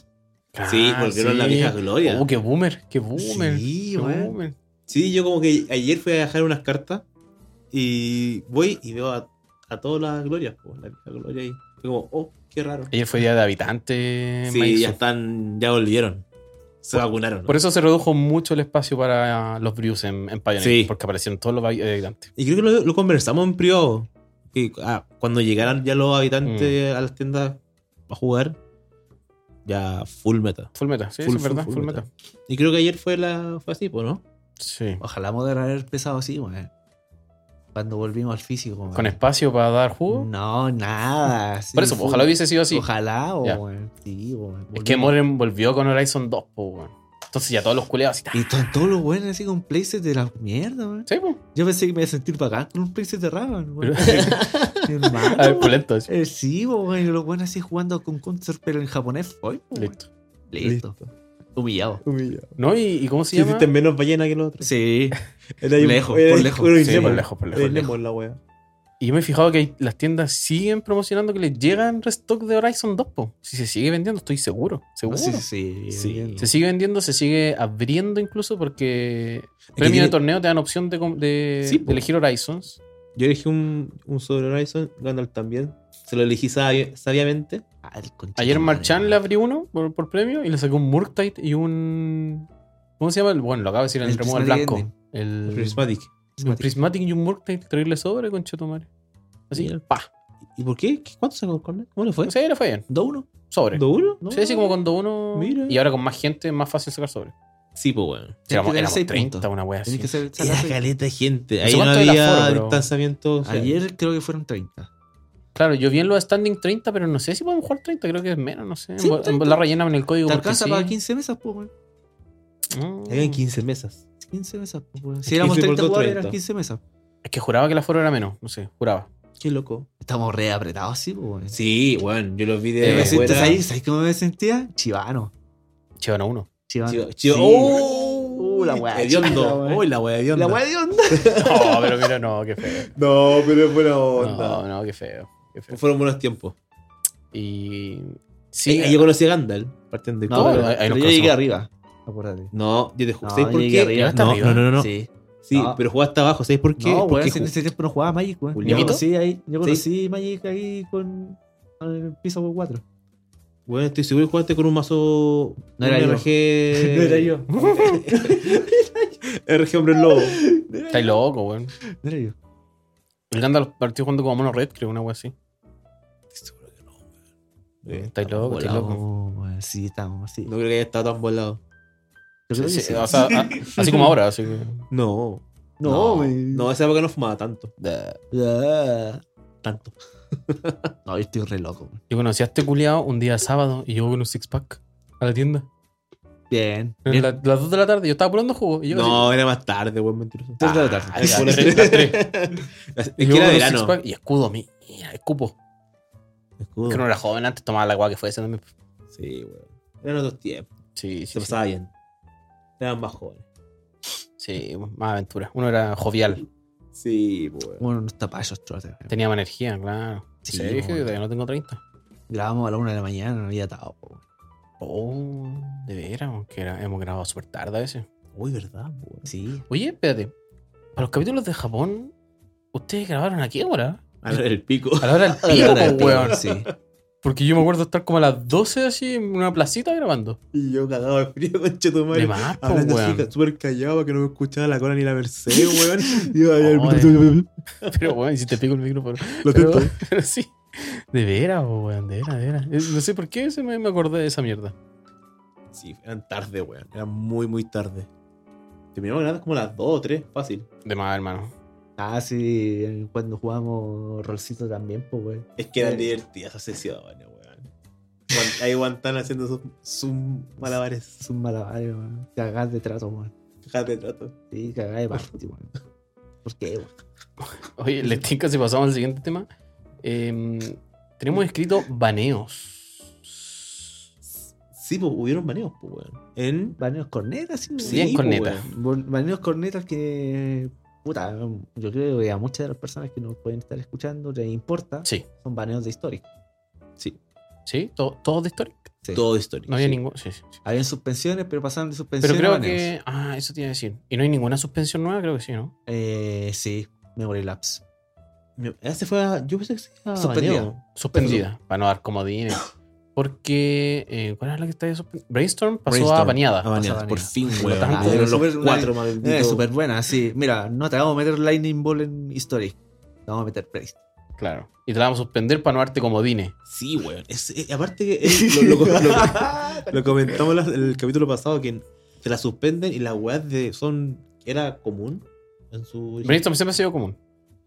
C: Sí,
B: Ah,
C: porque era la vieja gloria.
B: Oh, qué boomer, qué boomer.
A: Sí,
B: qué
A: weón.
B: boomer.
C: Sí, yo como que ayer fui a dejar unas cartas y voy y veo a, a todas las glorias, po, la vieja gloria ahí. Fue como, oh, qué raro.
B: Ayer fue día de habitante. en
C: Sí,
B: Maizo.
C: ya están, ya volvieron. Se vacunaron.
B: Por eso se redujo mucho el espacio para los brews en, en Pioneer,
C: Sí.
B: porque aparecieron todos los habi- eh, habitantes.
C: Y creo que lo, lo conversamos en privado. Que, ah, cuando llegaran ya los
B: Mm.
C: habitantes a las tiendas a jugar, ya full meta.
B: Full meta, sí,
C: Full,
B: eso
C: full,
B: es verdad, full,
C: full
B: meta.
C: meta. Y creo que ayer fue la fue así, po, ¿no?
B: Sí.
A: Ojalá moderar haber empezado así, weón. Cuando volvimos al físico, weón.
B: Con espacio para dar jugo.
A: No, nada. Mm, sí,
B: Por eso,
A: fue-
B: ojalá hubiese sido así.
A: Ojalá,
B: Ya.
A: weón. Sí, weón.
B: Es que
A: Volvimos.
B: Moren volvió con Horizon 2, po, weón. Entonces ya todos los culeados así. ta-
A: Y están todos los buenos así con places de la mierda, weón.
B: Sí, po.
A: Yo pensé que me iba a sentir bacán con un playset de Raven, weón.
B: A
A: Hermano,
B: ver, pues,
A: weón.
B: pulento. así.
A: Eh, sí, weón. y Los buenos así jugando con counter, pero en japonés. Hoy,
B: Listo.
A: Listo. Humillado.
B: ¿No? ¿Y, y cómo se
C: Sí,
B: llama?
C: hiciste menos ballena que los otros.
A: Sí.
C: Era
A: Lejos, por lejos.
B: Sí, por lejos, por lejos. lejos.
C: la wea.
B: Y yo me he fijado que hay- las tiendas siguen promocionando que les llegan restock de Horizon 2, po. Si se sigue vendiendo, estoy seguro.
A: No,
B: Seguro.
A: sí, sí, sí.
B: Sí,
A: bien.
B: Se sigue vendiendo, se sigue abriendo incluso porque premio
C: tiene-
B: de torneo te dan opción de, com- de-
C: Sí,
B: de
C: po.
B: elegir Horizons.
C: Yo elegí un, un sobre Horizon, Gandalf también. Se lo elegí sabi- sabiamente.
A: Ah, el concha
B: Ayer
A: de madre,
B: Marchand le
A: weón.
B: abrió uno por, por premio y le sacó un Murktide y un. ¿Cómo se llama? El- Bueno, lo acabo de decir, el,
A: El
B: removal
A: Prismatic
B: blanco.
A: Ending.
B: El,
C: Prismatic.
B: el Prismatic y un Murktide, traerle sobre con Chetumare. Así,
C: Mira.
B: pa.
C: ¿Y por qué? ¿Qué- ¿Cuánto sacó el corner? ¿Cómo le fue?
B: Sí, le fue bien.
A: ¿Do uno?
B: Sobre.
C: ¿Do uno?
A: ¿No?
B: sí, así como cuando uno.
C: Mira.
B: Y ahora con más gente es más fácil sacar sobre.
C: Sí, pues bueno.
A: que
B: Éramos,
A: tener
B: éramos
A: seis
B: 30,
A: puntos.
B: una wea así.
A: Tenés que ser-
C: Era
A: sacarse-
C: caleta de gente.
B: No
C: Ahí
B: sé
C: no
B: cuánto del aforo,
C: había
B: pero-
C: distanciamiento. o sea,
A: Ayer creo que fueron 30.
B: Claro, yo vi en los standing 30, pero no sé si podemos jugar 30, creo que es menos, no sé.
A: Sí,
B: En vo- en
A: 30.
B: la rellenan en el código
A: ¿Te
B: porque
A: alcanza
B: sí.
A: para 15 mesas, po, weón?
B: Mm.
C: Habían 15 mesas.
A: 15 mesas, po, weón.
C: que
A: Si éramos
C: hice por
A: 30
C: dos,
A: jugadores,
C: 30.
A: eran 15 mesas.
B: Es que juraba que el aforo era menos, no sé, juraba.
C: Qué loco.
A: Estamos re apretados, sí, po, weón.
C: Sí, bueno, yo los vi
A: Eh,
C: de
A: me siento-
C: afuera.
A: ¿sabes, ¿Sabes cómo me sentía? Chivano.
B: Chivano uno.
A: Chivano.
C: Chido- chido-
A: Sí.
C: ¡Oh!
A: Uh, la wea
C: Hediondo.
A: chida, wea.
C: Uy, la wea hedionda.
A: La wea de onda.
B: No, pero mira, no, qué feo.
C: No, pero es buena
B: No,
C: onda.
B: no, qué feo. Qué feo.
C: Fueron buenos tiempos. Eh,
B: Y. Sí,
C: Sí,
A: Eh,
C: yo conocí a Gandalf partiendo de
A: No,
B: pero
A: pero,
B: ahí- ahí
A: pero
B: nos
A: yo llegué
B: cruzamos.
A: arriba. Acuérdate.
C: No, yo te
A: No,
C: juro. ¿Sabes
A: yo
C: por
A: llegué
C: qué?
A: arriba.
B: ¿Llegaste
C: No,
B: arriba?
C: no, no, no.
A: Sí.
C: Sí,
A: No.
C: pero jugaste abajo. ¿Sabes por qué?
A: No, weón,
C: Porque
A: si en
C: ju-
A: ese tiempo no jugaba Magic, weón.
C: ¿Julián?
A: Yo conocí ahí, yo
C: Sí.
A: conocí Magic ahí con con el piso por 4.
C: Bueno, estoy seguro que jugaste con un mazo.
A: No era
C: un
A: yo.
C: RG.
A: No era yo.
C: RG Hombre Lobo.
B: Estáis loco, weón.
A: Mira yo.
B: El Gandalf partió jugando como mono red, creo, una wea así.
C: Estoy seguro que no,
A: Eh,
C: weón.
B: Estáis loco, estáis
C: volado.
B: loco.
A: No, weón, Oh, sí, estábamos así.
C: No creo que haya estado tan volado.
A: Yo creo que
B: Sí,
A: sí.
B: o sea, a- así como ahora, así que.
C: No.
A: no,
B: no,
A: weón.
C: No, esa época no fumaba tanto.
A: Ah.
C: Tanto.
A: No, yo estoy re loco. weón.
B: Yo conocí a este culiao un día sábado y yo con un six pack a la tienda.
A: Bien.
B: Bien, la- las 2 de la tarde, yo estaba probando jugo. Y yo así,
C: No, era más tarde, weón, mentiroso.
A: Tres de la tarde.
C: Ah, era-
B: Las tres, las tres.
C: Es
B: y
C: que
B: yo
C: era
B: con un
C: verano.
B: six-pack Y escudo, mi- mira, escupo.
C: Escudo.
B: Que no era joven, antes tomaba la agua que fuese también.
C: Sí, weón. Eran otros tiempos.
B: Sí,
C: Se
B: sí. Sí,
C: pasaba bien. Eran más jóvenes.
B: Sí, más aventura. Uno era jovial,
C: Sí, weón.
A: Bueno, no está para esos trotes. weón.
B: tenía más energía, claro.
A: Sí,
B: Sí, dije
A: bueno.
B: todavía no tengo 30.
A: Grabamos a la una de la mañana, no había atado. weón.
B: Oh, de veras, que era- hemos grabado súper tarde a veces.
C: Uy, verdad, weón.
A: Sí.
B: Oye, espérate. Para los capítulos de Japón, ¿ustedes grabaron a qué hora?
C: A ver, Ah, el pico.
B: A la hora del
A: A la hora
B: pico,
A: del pico,
B: weón.
A: Sí.
B: Porque yo me acuerdo estar como a las 12 así en una placita grabando.
C: Y yo cagado de frío, conchetumare.
B: De más, po,
C: Hablando así,
B: weón.
C: súper callado, para que no me escuchaba la cola ni la Mercedes, weón. Y yo, a ver,
B: Joder. Pero, weón, y si te pico el micrófono.
C: lo
B: Pero,
C: siento.
B: pero sí. De veras, po, weón, de veras, de veras. Es- No sé por qué se me, me acordé de esa mierda.
C: Sí, eran tarde, weón. Eran muy, muy tarde. Terminamos ganando como las 2 o 3, fácil.
B: De más, hermano.
A: Ah, sí, cuando jugamos rolcito también, pues, güey.
C: Es que eran
A: Sí.
C: divertidas esas sesiones, weón. Guan- Ahí Guantán haciendo sus, sus malabares.
A: Es un malabario, güey. Cagás de trato, güey.
C: Fíjate, trato.
A: Sí, cagás de parte, güey. ¿Por qué, güey?
B: Oye, les tinca si pasamos al siguiente tema. Eh, tenemos escrito baneos.
C: Sí, pues hubieron baneos, pues, weón. En.
A: Baneos cornetas, sí, güey.
C: Sí,
B: Bien
C: pues,
B: corneta.
C: weón.
A: Bol- Baneos cornetas que. Puta, yo creo que a muchas de las personas que nos pueden estar escuchando les importa.
B: Sí,
A: Son baneos de historia.
B: sí, to- todos de historia.
A: Sí.
C: Todo histórico.
B: No había
C: sí.
B: ningún. Sí, sí, sí.
A: Habían suspensiones, pero pasaron de
B: Pero
A: suspensión a
B: creo
A: baneos.
B: que. Ah, eso te iba a decir. Y no hay ninguna suspensión nueva, creo que sí, ¿no?
A: Eh, sí, Memory Lapse.
C: Mi- Ese fue. a- Yo pensé que se iba a
A: Suspendida.
C: baneo.
B: Suspendida, para no dar comodines. Porque. eh, ¿Cuál es la que está ahí suspendida? Brainstorm pasó a
C: Brainstorm. Ah.
B: baneada.
C: A baneadas,
A: a
C: por
A: baneadas.
C: fin,
B: Por lo
C: weón.
B: tanto,
C: Le dieron
A: súper
C: los
A: una-
C: cuatro,
A: Es
C: malditos.
A: súper buena, sí. Mira, no te vamos a meter Lightning Ball en History. Te vamos a meter Price.
B: Claro. Y te la vamos a suspender para no darte comodines.
C: Sí, weón. Es- eh, aparte que eh, lo, lo- lo- lo comentamos las- el capítulo pasado que se la suspenden y las weas de son era común en su origen,
B: Brainstorm siempre ha sido común.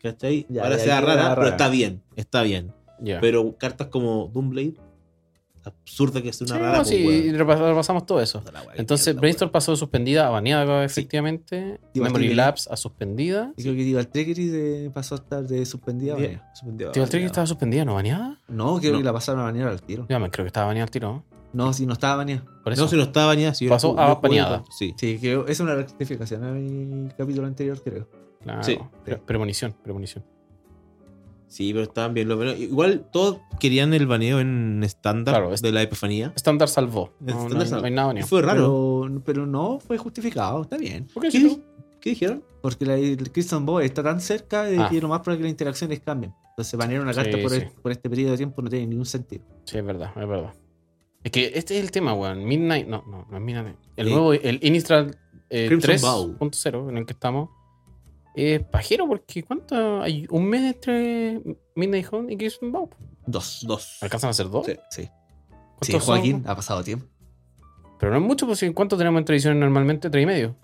C: ¿cachai?
A: Ya,
C: Ahora
A: ya,
C: sea
A: ya,
C: rara,
A: rara.
C: pero está bien, está bien.
B: Ya.
C: Pero cartas como Doomblade, absurda que es una
B: Sí,
C: rara.
B: no,
C: pues,
B: sí,
C: weón.
B: repas- repasamos todo eso.
C: Puta la wea,
B: Entonces,
C: mierda,
B: Brainstorm
C: weón.
B: pasó de suspendida a baneada,
C: Sí.
B: efectivamente.
A: Digo,
B: Memory
A: Artillery.
B: Labs a suspendida.
A: Creo que Diva Trickery de- pasó a estar de suspendida.
C: Bien,
A: ¿vale?
C: suspendido,
B: Tío, el
C: vale,
B: Tricky estaba suspendida, ¿no baneada?
A: No, creo
C: No.
A: que la pasaron a banear al tiro.
B: Ya me creo que estaba baneada al tiro. ¿no?
A: No, si no estaba baneada.
B: Por eso.
C: No, si no estaba bañada, si yo
B: Pasó
C: ju- yo
B: a
C: jugué
B: baneada.
C: con- Sí.
A: Sí, creo, es una rectificación a mi capítulo anterior, creo.
B: Claro.
C: Sí.
B: Pre- premonición, premonición.
C: Sí, pero estaban bien. Lo menos. Igual todos querían el baneo en estándar
B: Claro, este
C: de
B: es-
C: la epifanía.
B: Estándar salvó. No,
C: Estándar
B: no hay-
C: salvó.
B: no hay nada baneo.
C: Fue raro.
A: Pero, pero no fue justificado, está bien.
B: ¿Por qué
C: ¿Qué,
B: si no?
C: di- qué dijeron?
A: Porque la, el Christian Boy está tan cerca de
B: Ah.
A: que lo más probable es que las interacciones cambien. Entonces banear una
B: Sí,
A: carta por,
B: sí.
A: el- por este periodo de tiempo no tiene ningún sentido.
B: Sí, es verdad, es verdad. Es que este es el tema, weón. Midnight, no, no, no es Midnight. El
C: Eh,
B: nuevo, el Innistrad eh,
C: Crimson
B: 3.0 en el que estamos. Es pajero porque ¿cuánto? Hay un mes entre Midnight Hunt y Crimson Bow.
A: Dos.
C: Dos.
B: ¿Alcanzan a hacer dos?
C: Sí.
A: Sí.
B: ¿Cuántos
A: Sí,
B: son?
A: Joaquín, ha pasado tiempo.
B: Pero no es mucho, pues ¿en ¿cuánto tenemos en televisión normalmente? ¿Tres y medio?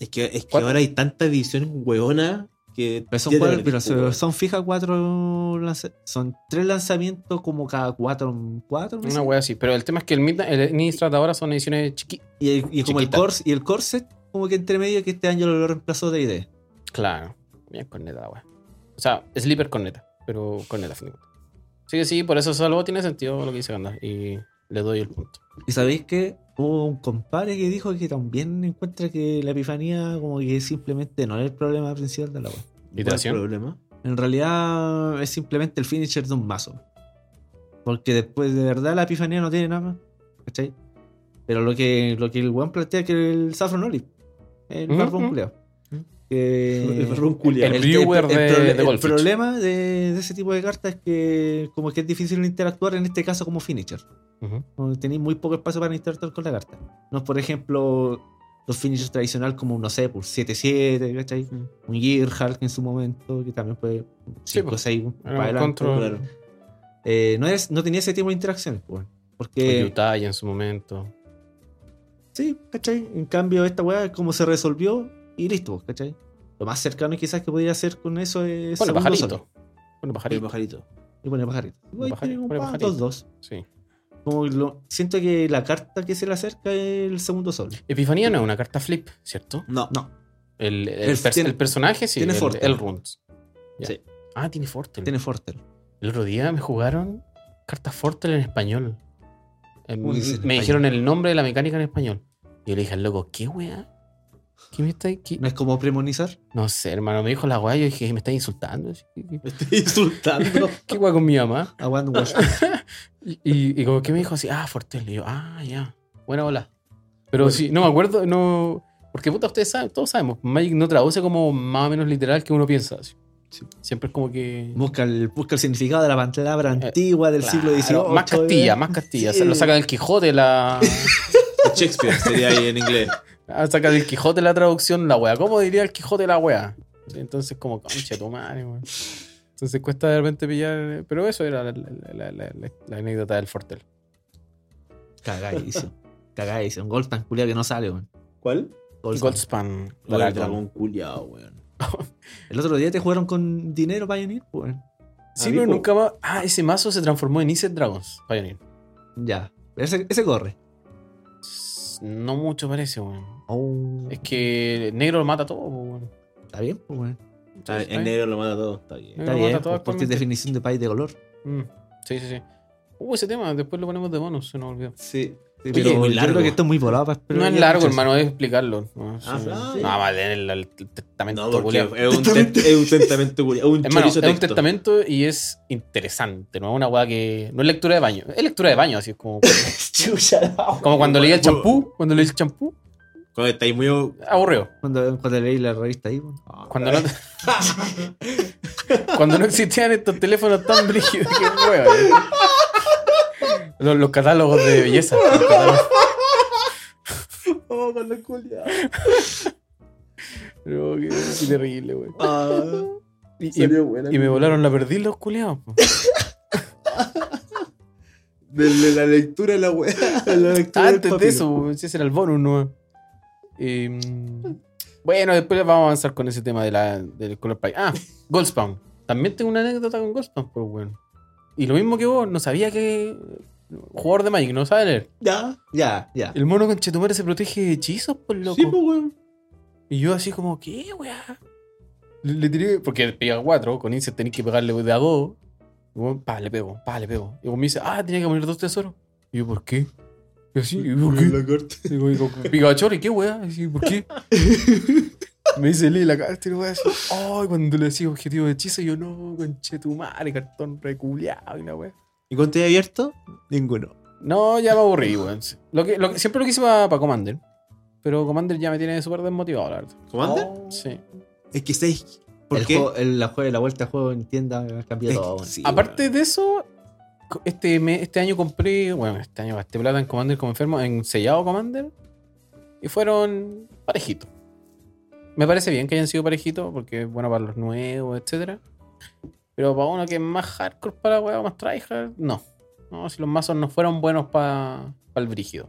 C: Es que, es que
B: ¿Cuatro?
C: ahora hay tantas ediciones hueonas que.
A: Pero son,
C: ya te
A: cuatro-
C: perdí,
A: pero
C: weón.
A: son, son fijas cuatro lanza- son tres lanzamientos como cada cuatro, cuatro meses.
B: Una wea así. Pero el tema es que el Midnight, el Innistrad ahora son ediciones chiquitas.
A: y, el- y como el
B: chiquita.
A: corset, y el corset, como que entre medio que este año lo reemplazó de ID.
B: Claro. Bien corneta la wea. O sea, Sleeper corneta, pero corneta a fin de cuentas. Así que sí, por eso salvo tiene sentido lo que dice Gandalf. Y le doy el punto.
A: Y sabéis que hubo un compadre que dijo que también encuentra que la epifanía como que simplemente no es el problema principal de la web.
C: ¿Cuál es el
B: Iteración.
C: problema?
A: En realidad es simplemente el finisher de un mazo. Porque después de verdad la epifanía no tiene nada más. ¿Cachai? Pero lo que, lo que el weón plantea es que el Saffron Olive. El
B: Ujú,
A: barbón
B: ujú.
A: culeado.
B: Ujú.
A: Que-
C: El barbón culiao.
B: El viewer de-
A: proble-
B: de
A: el
B: Goldfish.
A: problema de, de ese tipo de cartas es que como que es difícil interactuar en este caso como finisher.
B: Ujú.
A: Como Tenéis muy poco espacio para interactuar con la carta. No es, por ejemplo, los finishers tradicionales como, no sé, por 7-7, ¿cachai?
C: Mm.
A: Un Gearhart en su momento, que también puede
B: Sí, pues.
A: 5-6
B: Era un
A: para adelante.
B: control.
C: Claro.
A: Eh, no, es, no tenía ese tipo de interacciones, pues,
B: Fue
A: Porque,
B: Utah ya en su momento.
A: sí, ¿cachai? En cambio, esta weá, como se resolvió y listo, pues, ¿cachai? Lo más cercano quizás que podría hacer con eso es.
B: Bueno,
A: Segundo
B: pajarito.
A: Sol.
B: Bueno,
C: El
B: pajarito.
C: pajarito.
A: Y pone pajarito.
B: Pone
A: Ahí
B: pajarito,
A: tiene un
B: pone
A: pa-
B: pajarito.
A: dos, dos.
B: Sí.
A: Como lo- siento que la carta que se le acerca es el segundo sol.
B: Epifanía no es una carta flip, ¿cierto?
C: No.
A: No,
B: El, el,
A: El-
B: pers-
A: tiene-
B: el personaje sí.
A: tiene
B: el,
A: Fortel.
B: El Runes. Ya.
A: Sí.
B: Ah, tiene Fortel.
A: tiene Fortel.
B: El otro día me jugaron cartas Fortel en español. Eh,
A: ¿Cómo dice
B: me
A: en español?
B: dijeron el nombre de la mecánica en español. Y yo le dije al loco, ¿qué weá? ¿Qué me está qué-
A: No
B: No,
A: es como premonizar.
B: sé, hermano. Me dijo la weá. Yo dije, me está insultando. Así que-
C: Me estoy insultando.
B: ¿Qué weá con mi mamá?
A: Aguanta
B: Y, y- y como que me dijo así, ah, Fortel. Y yo, ah, ya. Buena hola. Pero sí, no me acuerdo, no. Porque puta, ustedes saben, todos sabemos. Magic no traduce como más o menos literal que uno piensa. así.
C: Sí.
B: Siempre es como que.
A: Busca el, busca el significado de la palabra antigua del siglo
B: Eh, Claro,
A: XVIII.
B: Más Castilla,
A: ¿verdad?
B: más Castilla.
A: Sí.
B: Se Lo saca del Quijote la.
C: Shakespeare sería ahí en inglés.
B: ah, saca del Quijote la traducción la wea. ¿Cómo diría el Quijote la wea? Sí, Entonces, como, concha tu madre, weón. Entonces cuesta de repente pillar. eh, Pero eso era la, la- la- la- la- la anécdota del Fortel.
A: Cagadísimo. Cagadísimo. Un gol tan culiao que no sale, weón.
C: ¿Cuál?
A: Goldspan.
B: Goldspan.
C: El
B: Dragon.
C: dragón culiao, weón.
A: El otro día te jugaron con dinero pues, Pioneer, weón.
B: Sí,
C: Amigo.
B: pero nunca más. Ah, ese mazo se transformó en Iset Dragons. Pioneer.
A: Ya. Ese, ese corre.
B: No mucho parece, weón.
A: Oh,
B: Es que el negro lo mata todo, pues, weón.
A: está bien, pues, weón.
C: Está bien,
B: Está
C: Ah, En
B: bien.
C: negro lo mata todo. Está bien.
B: Eh.
A: Está
B: Lo
A: bien,
B: mata todo
A: pues, porque es
B: actualmente.
A: definición de país de color. Sí,
B: Mm, Sí, sí, sí. Uh, ese tema, después lo ponemos de bonus, se nos olvidó.
C: Sí.
A: pero
C: es muy
A: yo
C: largo.
A: creo que esto es muy volado para
B: no es largo, hermano, es explicarlo. No, sí.
C: Ah, sí.
B: No, va a leer el, el testamento
C: No, porque
B: culiao.
C: es un, te- es un testamento culiao. Es un
B: Hermano, es
C: chorizo
B: un
C: texto.
B: testamento y es interesante, no es una weá que. No es lectura de baño, es lectura de baño, así es como,
C: Chucha, no.
B: como cuando leí el champú, cuando leí el champú,
C: Cuando estáis muy.
B: aburreo.
A: Cuando, cuando leí la revista ahí, weón.
B: Cuando no, cuando no existían estos teléfonos tan brígidos, qué hueva, eh. Los, los catálogos de belleza. los catálogos.
C: Oh, con la culiao.
B: No, qué, qué terrible, güey.
C: Ah,
B: Y, y-
C: salió buena.
B: y me volaron la perdiz los culeados. po.
C: Desde la lectura de la wea.
B: Antes Ah, de eso, güey, si ese era el bonus, ¿no? Eh, bueno, después vamos a avanzar con ese tema de la, del color pie. Ah, Goldspawn. También tengo una anécdota con Goldspawn, pero bueno. Y lo mismo que vos, no sabía que. Jugador de Magic, no sabe leer.
C: Ya.
A: Ya, ya.
B: El mono con Chetumare se protege de hechizos, por loco.
C: Sí, pues, weón.
B: y yo así como, ¿qué, weá? Le, le tiré, porque pega cuatro, con Ince tenés que pegarle de a dos. Y weón, pa, le pego, pa, le pego. Y weón me dice, ah, tenía que poner dos tesoros. Y yo, ¿por qué? Y así, ¿y por qué?
C: La corte.
B: Digo, digo, Pikachu, ¿y qué weá? Y así, ¿por qué? Me dice Lee, la cagaste, y así. Ay, cuando le decís objetivo de hechizo, yo no, conche tu madre, cartón reculeado y una wea.
C: ¿Y cuánto he abierto? Ninguno.
B: No, ya me aburrí, weón. Lo que, lo que- siempre lo quise para, para Commander. Pero Commander ya me tiene súper desmotivado, la verdad.
C: ¿Commander?
B: Sí.
C: Es que seis. ¿Por
A: El
C: qué?
A: juego- el- la, jue- la vuelta a juego en tienda cambió
C: Es que
A: todo. weón.
C: sí,
B: Aparte de eso, co- este, me- este año compré, bueno, este año gasté plata en Commander como enfermo, en sellado Commander. Y fueron parejitos. Me parece bien que hayan sido parejitos, porque es bueno para los nuevos, etcétera. Pero para uno que es más hardcore para la wea, más tryhard, no. No, si los mazos no fueron buenos para el brígido.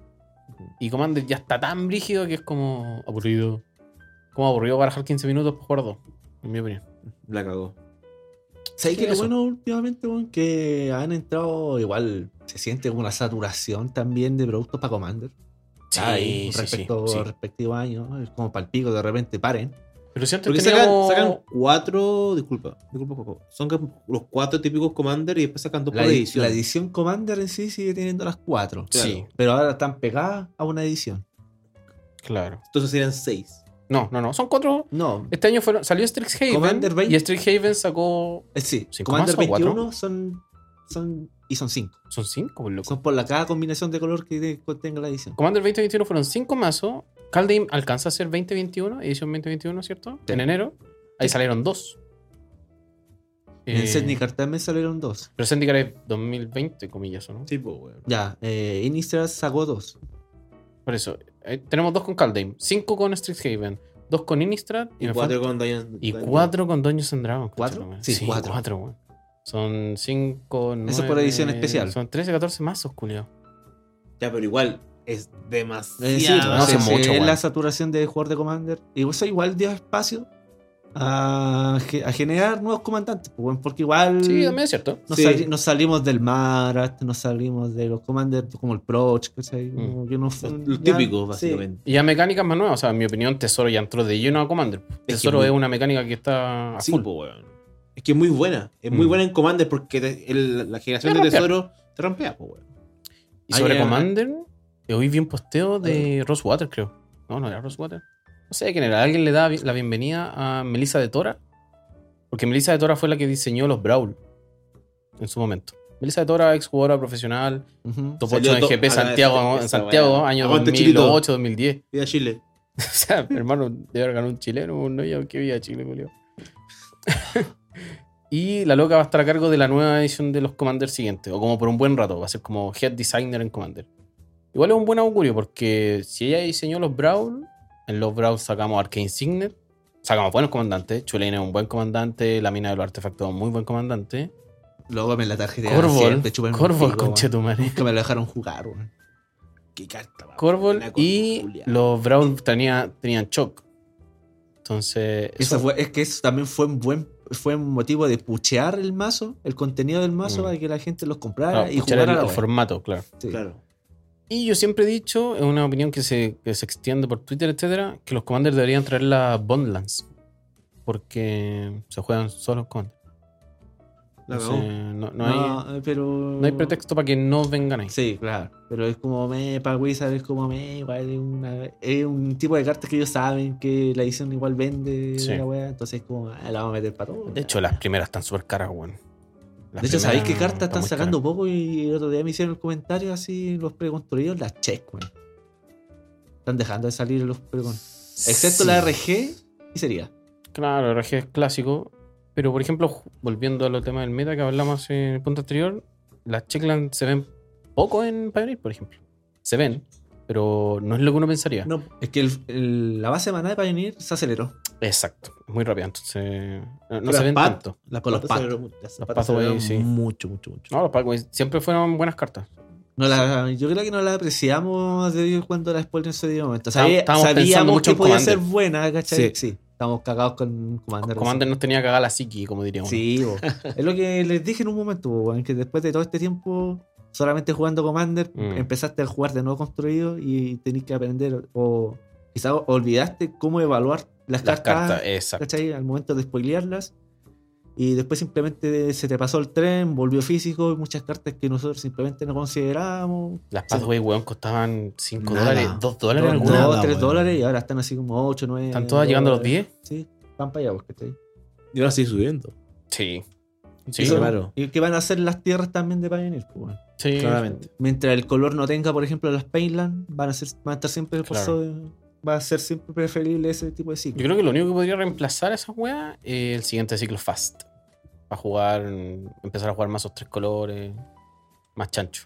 B: Y Commander ya está tan brígido que es como aburrido. Como aburrido barajar 15 minutos por jugar dos, en mi opinión.
C: La cagó.
A: ¿Sabes
B: Sí,
A: que lo
B: eso.
A: bueno últimamente, weón, que han entrado igual, se siente como una saturación también de productos para Commander? Ay, respecto
B: sí.
A: a respectivos años, es como palpico, de repente paren.
B: Pero si antes
C: Porque sacan,
B: teníamos...
C: sacan cuatro. Disculpa, disculpa, Coco. Son que- los cuatro típicos Commander y después sacan dos
A: La,
C: por
A: edi-
C: edición.
A: la edición Commander en sí sigue teniendo las cuatro,
C: Claro.
B: Sí,
A: pero ahora están pegadas a una edición.
B: claro.
C: Entonces serían seis.
B: No, no, no. Son cuatro.
A: No,
B: Este año fueron, salió Strixhaven
A: Commander 20.
B: y Strixhaven sacó.
A: eh, sí,
B: ¿Cinco
A: Commander
B: más o cuatro?
A: 21 son, son y son cinco.
B: Son cinco, por loco.
A: Son por la cada combinación de color que te- contenga la edición.
B: Commander 2021 fueron cinco mazos. Caldeim alcanza a ser 2021, edición 2021, ¿cierto?
A: Sí.
B: En enero. Ahí salieron dos. Eh,
A: En Zendikar también salieron dos.
B: Pero Zendikar es 2020, comillas, ¿o ¿no?
C: Sí, pues, weón.
A: Ya, eh, Innistrad sacó dos.
B: Por eso. eh, tenemos dos con Caldeim, cinco con Strixhaven, dos con Innistrad y,
C: Y
B: me
C: cuatro
B: falta-
C: con Dungeons-
B: y
C: Dungeons.
B: cuatro con Dungeons and Dragons.
A: ¿Cuatro?
B: conchetumare.
A: Sí,
B: Sí,
A: cuatro.
B: cuatro, weón. Son cinco, nueve...
A: Eso por edición especial.
B: Son 13, 14 mazos, Julio.
C: Ya, pero igual es demasiado.
A: Es decir,
B: no hace
A: se- se-
B: mucho,
A: Eh, pues, es
B: weón.
A: la saturación de jugador de Commander. Y eso igual dio espacio a, ge- a generar nuevos comandantes. pues, weón, Porque igual
B: Sí, también es cierto.
A: nos,
C: sí.
A: sali- nos salimos del Marat, nos salimos de los Commander como el Proch, ¿cachai?
B: Mm.
A: Como que no
C: Los,
A: fue-
C: los
A: ya-
C: típicos,
A: sí.
C: básicamente.
B: Y ya mecánicas más nuevas. O sea, en mi opinión, Tesoro ya entró de lleno a Commander. Tesoro
C: muy-
B: es una mecánica que está a
C: Sí,
B: full.
C: po, weón. Es que es muy buena. Es muy
B: Mm.
C: buena en Commander porque te- el- la generación
B: Te
C: de
B: rampea.
C: tesoro te rampea, pues, weón.
B: Y sobre
A: Ayer-
B: Commander, eh, te oí bien posteo de Rosewater, creo. No, no era Rosewater. No sé quién era. Alguien le da la bienvenida a Melissa de Tora. Porque Melissa de Tora fue la que diseñó los Brawl en su momento. Melissa de Tora, ex jugadora profesional,
A: Ujú.
B: top
C: Salió
B: 8 en
C: to-
B: GP
C: a la
B: Santiago,
C: vez,
B: en
C: esa
B: Santiago,
C: weá.
B: año
C: Aguante, chiquito.
B: 2008, 2010.
C: Viva Chile.
B: O sea, hermano, debe haber ganado un chileno, un novio que viva Chile, Julio. y la loca va a estar a cargo de la nueva edición de los Commander siguientes, o como por un buen rato, va a ser como head designer en Commander. Igual es un buen augurio, porque si ella diseñó los Brawl, en los Brawl sacamos Arcane Signet, sacamos buenos comandantes, Chulene es un buen comandante, la mina de los artefactos es un muy buen comandante,
A: Luego me la tarjeta
B: Corvol, Corvol,
A: Corvol,
B: conchetumare.
A: Que me lo dejaron jugar, weón.
C: Qué carta, weón.
B: Corvol
C: Una con
B: y
C: Julia.
B: los Brawl tenía, tenían shock. Entonces,
A: Eso fue- es que eso también fue un buen fue un motivo de puchear el mazo, el contenido del mazo
B: Mm.
A: para que la gente los comprara
B: claro,
A: y
B: escuchar el-
A: jugara. la
B: ah, el
A: wea.
B: formato, claro.
A: Sí.
C: Claro.
B: Y yo siempre he dicho, es una opinión que se, que se extiende por Twitter, etcétera, que los commanders deberían traer las Bondlands. Porque se juegan solo con.
C: La
B: Entonces,
C: cagó.
B: no, no
A: No,
B: hay,
A: eh, pero...
B: no hay pretexto para que no vengan ahí.
A: Sí, claro. Pero es como me, para Wizard es como me, igual es, una- es un tipo de cartas que ellos saben que la edición igual vende
B: Sí.
A: la wea, entonces es como, ah, la vamos a meter para todo.
B: De hecho, las primeras están súper caras, weón. Las
A: De hecho,
B: primeras
A: ¿sabéis qué cartas
B: están
A: están
B: muy
A: sacando poco? Y el otro día me hicieron el comentario así, los preconstruidos, las check, weón. Están dejando de salir los precon.
B: caras.
A: Excepto
B: Sí.
A: la RG y sería.
B: Claro, el RG es clásico. Pero, por ejemplo, ju- volviendo a los temas del meta que hablamos en el punto anterior, las checklands se ven poco en Pioneer, por ejemplo. Se ven, pero no es lo que uno pensaría.
A: No, es que el- el- la base de maná de Pioneer se aceleró.
B: Exacto, muy rápido, entonces no, no
C: Pero
B: se
C: las
B: ven
C: pat-
B: tanto.
C: Las
A: Con los
C: patas
A: pat-
C: salieron mu- las
B: Los
C: patas salieron
B: pathways, sí.
C: mucho, mucho, mucho.
B: No, los Pathways siempre fueron buenas cartas.
A: No la, yo creo que no la apreciamos de cuando la spoiler se dio momento.
B: Estábamos-
A: Sabía-
B: estábamos pensando
A: sabíamos
B: mucho
A: que
B: en
A: podía
B: Commander.
A: ser buena, ¿cachai?
C: Sí.
A: Sí. Estamos cagados con Commander.
B: Commander nos tenía cagada la psiqui, como diríamos.
A: Sí, bo. es lo que les dije en un momento, bo, weón, que después de todo este tiempo solamente jugando Commander,
B: Mm.
A: empezaste a jugar de nuevo construido y tenés que aprender o quizás olvidaste cómo evaluar las,
B: Las
A: cartas,
B: cartas, exacto.
A: ¿cachai? Al momento de spoilearlas. Y después simplemente se te pasó el tren, volvió físico y muchas cartas que nosotros simplemente no considerábamos.
B: Las Pathway, weón, costaban 5
C: Nada.
B: dólares, 2 dólares
A: Dos,
B: alguna.
C: nada,
A: 3
C: weón.
A: dólares y ahora están así como 8, 9.
B: ¿Están todas llegando a los 10?
A: Sí, están para allá, pues, porque está ahí.
D: Y ahora sigue subiendo.
B: Sí. Sí,
D: Sí, claro.
A: ¿Y qué van a hacer las tierras también de Pioneer? Pues, bueno.
B: sí.
D: Claramente.
A: Mientras el color no tenga, por ejemplo, las Painland, van a, ser, van a estar siempre por
B: Claro.
A: sobre- va a ser siempre preferible ese tipo de ciclo.
B: Yo creo que lo único que podría reemplazar a esa weá es el siguiente ciclo fast. Para jugar, empezar a jugar más esos tres colores, más chancho.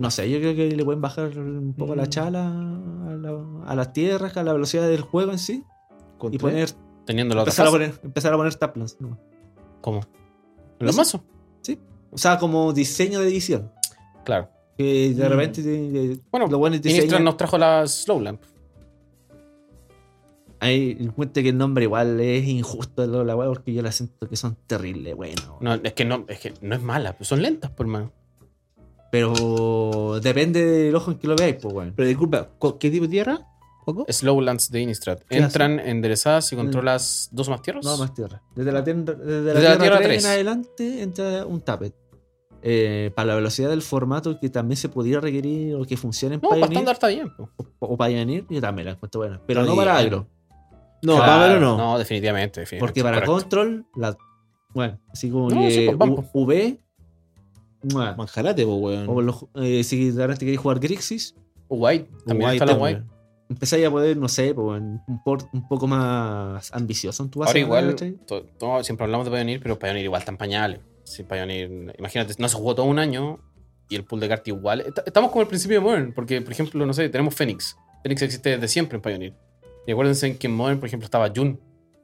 A: No sé, yo creo que le pueden bajar un poco la
C: Mm.
A: chala a, la- a las tierras, a la velocidad del juego en sí.
C: Con
A: Y
C: tres.
A: poner,
B: Teniendo la otra
A: empezar, a
B: fase.
A: poner, empezar a poner taplans. nomás.
B: ¿Cómo? ¿En los
A: Eso.
B: mazos?
A: O sea, como diseño de edición.
B: Claro.
A: Que de
C: Mm.
A: repente de- de-
B: Bueno,
A: lo bueno es
B: Ministra
A: diseño.
B: nos trajo la Slowlamp.
A: Ahí encuentro que el nombre igual es injusto de la weá porque yo la siento que son terribles, bueno.
B: No, es que no, es que no es mala, pero son lentas, por mano.
A: Pero depende del ojo en que lo veáis, pues weón.
D: Pero disculpa, ¿co- ¿qué tipo de tierra? Coco?
B: Slowlands de Innistrad.
A: ¿Qué hace? Mm.
B: Entran enderezadas y controlas dos más tierras.
A: No, más tierra. Desde la, tierra, desde la
B: Desde
A: tierra,
B: la tierra
A: 3
B: tres.
A: en adelante entra un tapet. Eh, para la velocidad del formato que también se pudiera requerir o que funcione en
B: No, para
A: Pioneer
B: estándar está bien. pues. po.
A: o, o Pioneer, yo también la encuentro buena. Pero
D: Está
A: no para
D: bien.
A: agro,
C: No,
B: Claro,
C: Pablo no.
B: No, definitivamente. definitivamente,
A: porque para
B: correcto.
A: control, la, bueno, así como
B: No,
A: que
B: sí, pues, vamos.
A: U- V, mua.
D: Manjarate, po, weón.
A: o los- eh, si de repente queréis jugar Grixis,
B: White. También está la White.
A: empezáis a poder, no sé, po, en- un, por- un poco más ambicioso en tu base.
B: Ahora igual, eh,
A: ¿cachai?
B: to- to- siempre hablamos de Pioneer, pero Pioneer igual está en pañales. Si Pioneer, imagínate, no se jugó todo un año y el pool de cartas igual. Est- Estamos como al principio de Modern, porque, por ejemplo, no sé, tenemos Fénix. Fénix existe desde siempre en Pioneer. Y acuérdense que en Modern, por ejemplo, estaba Jun.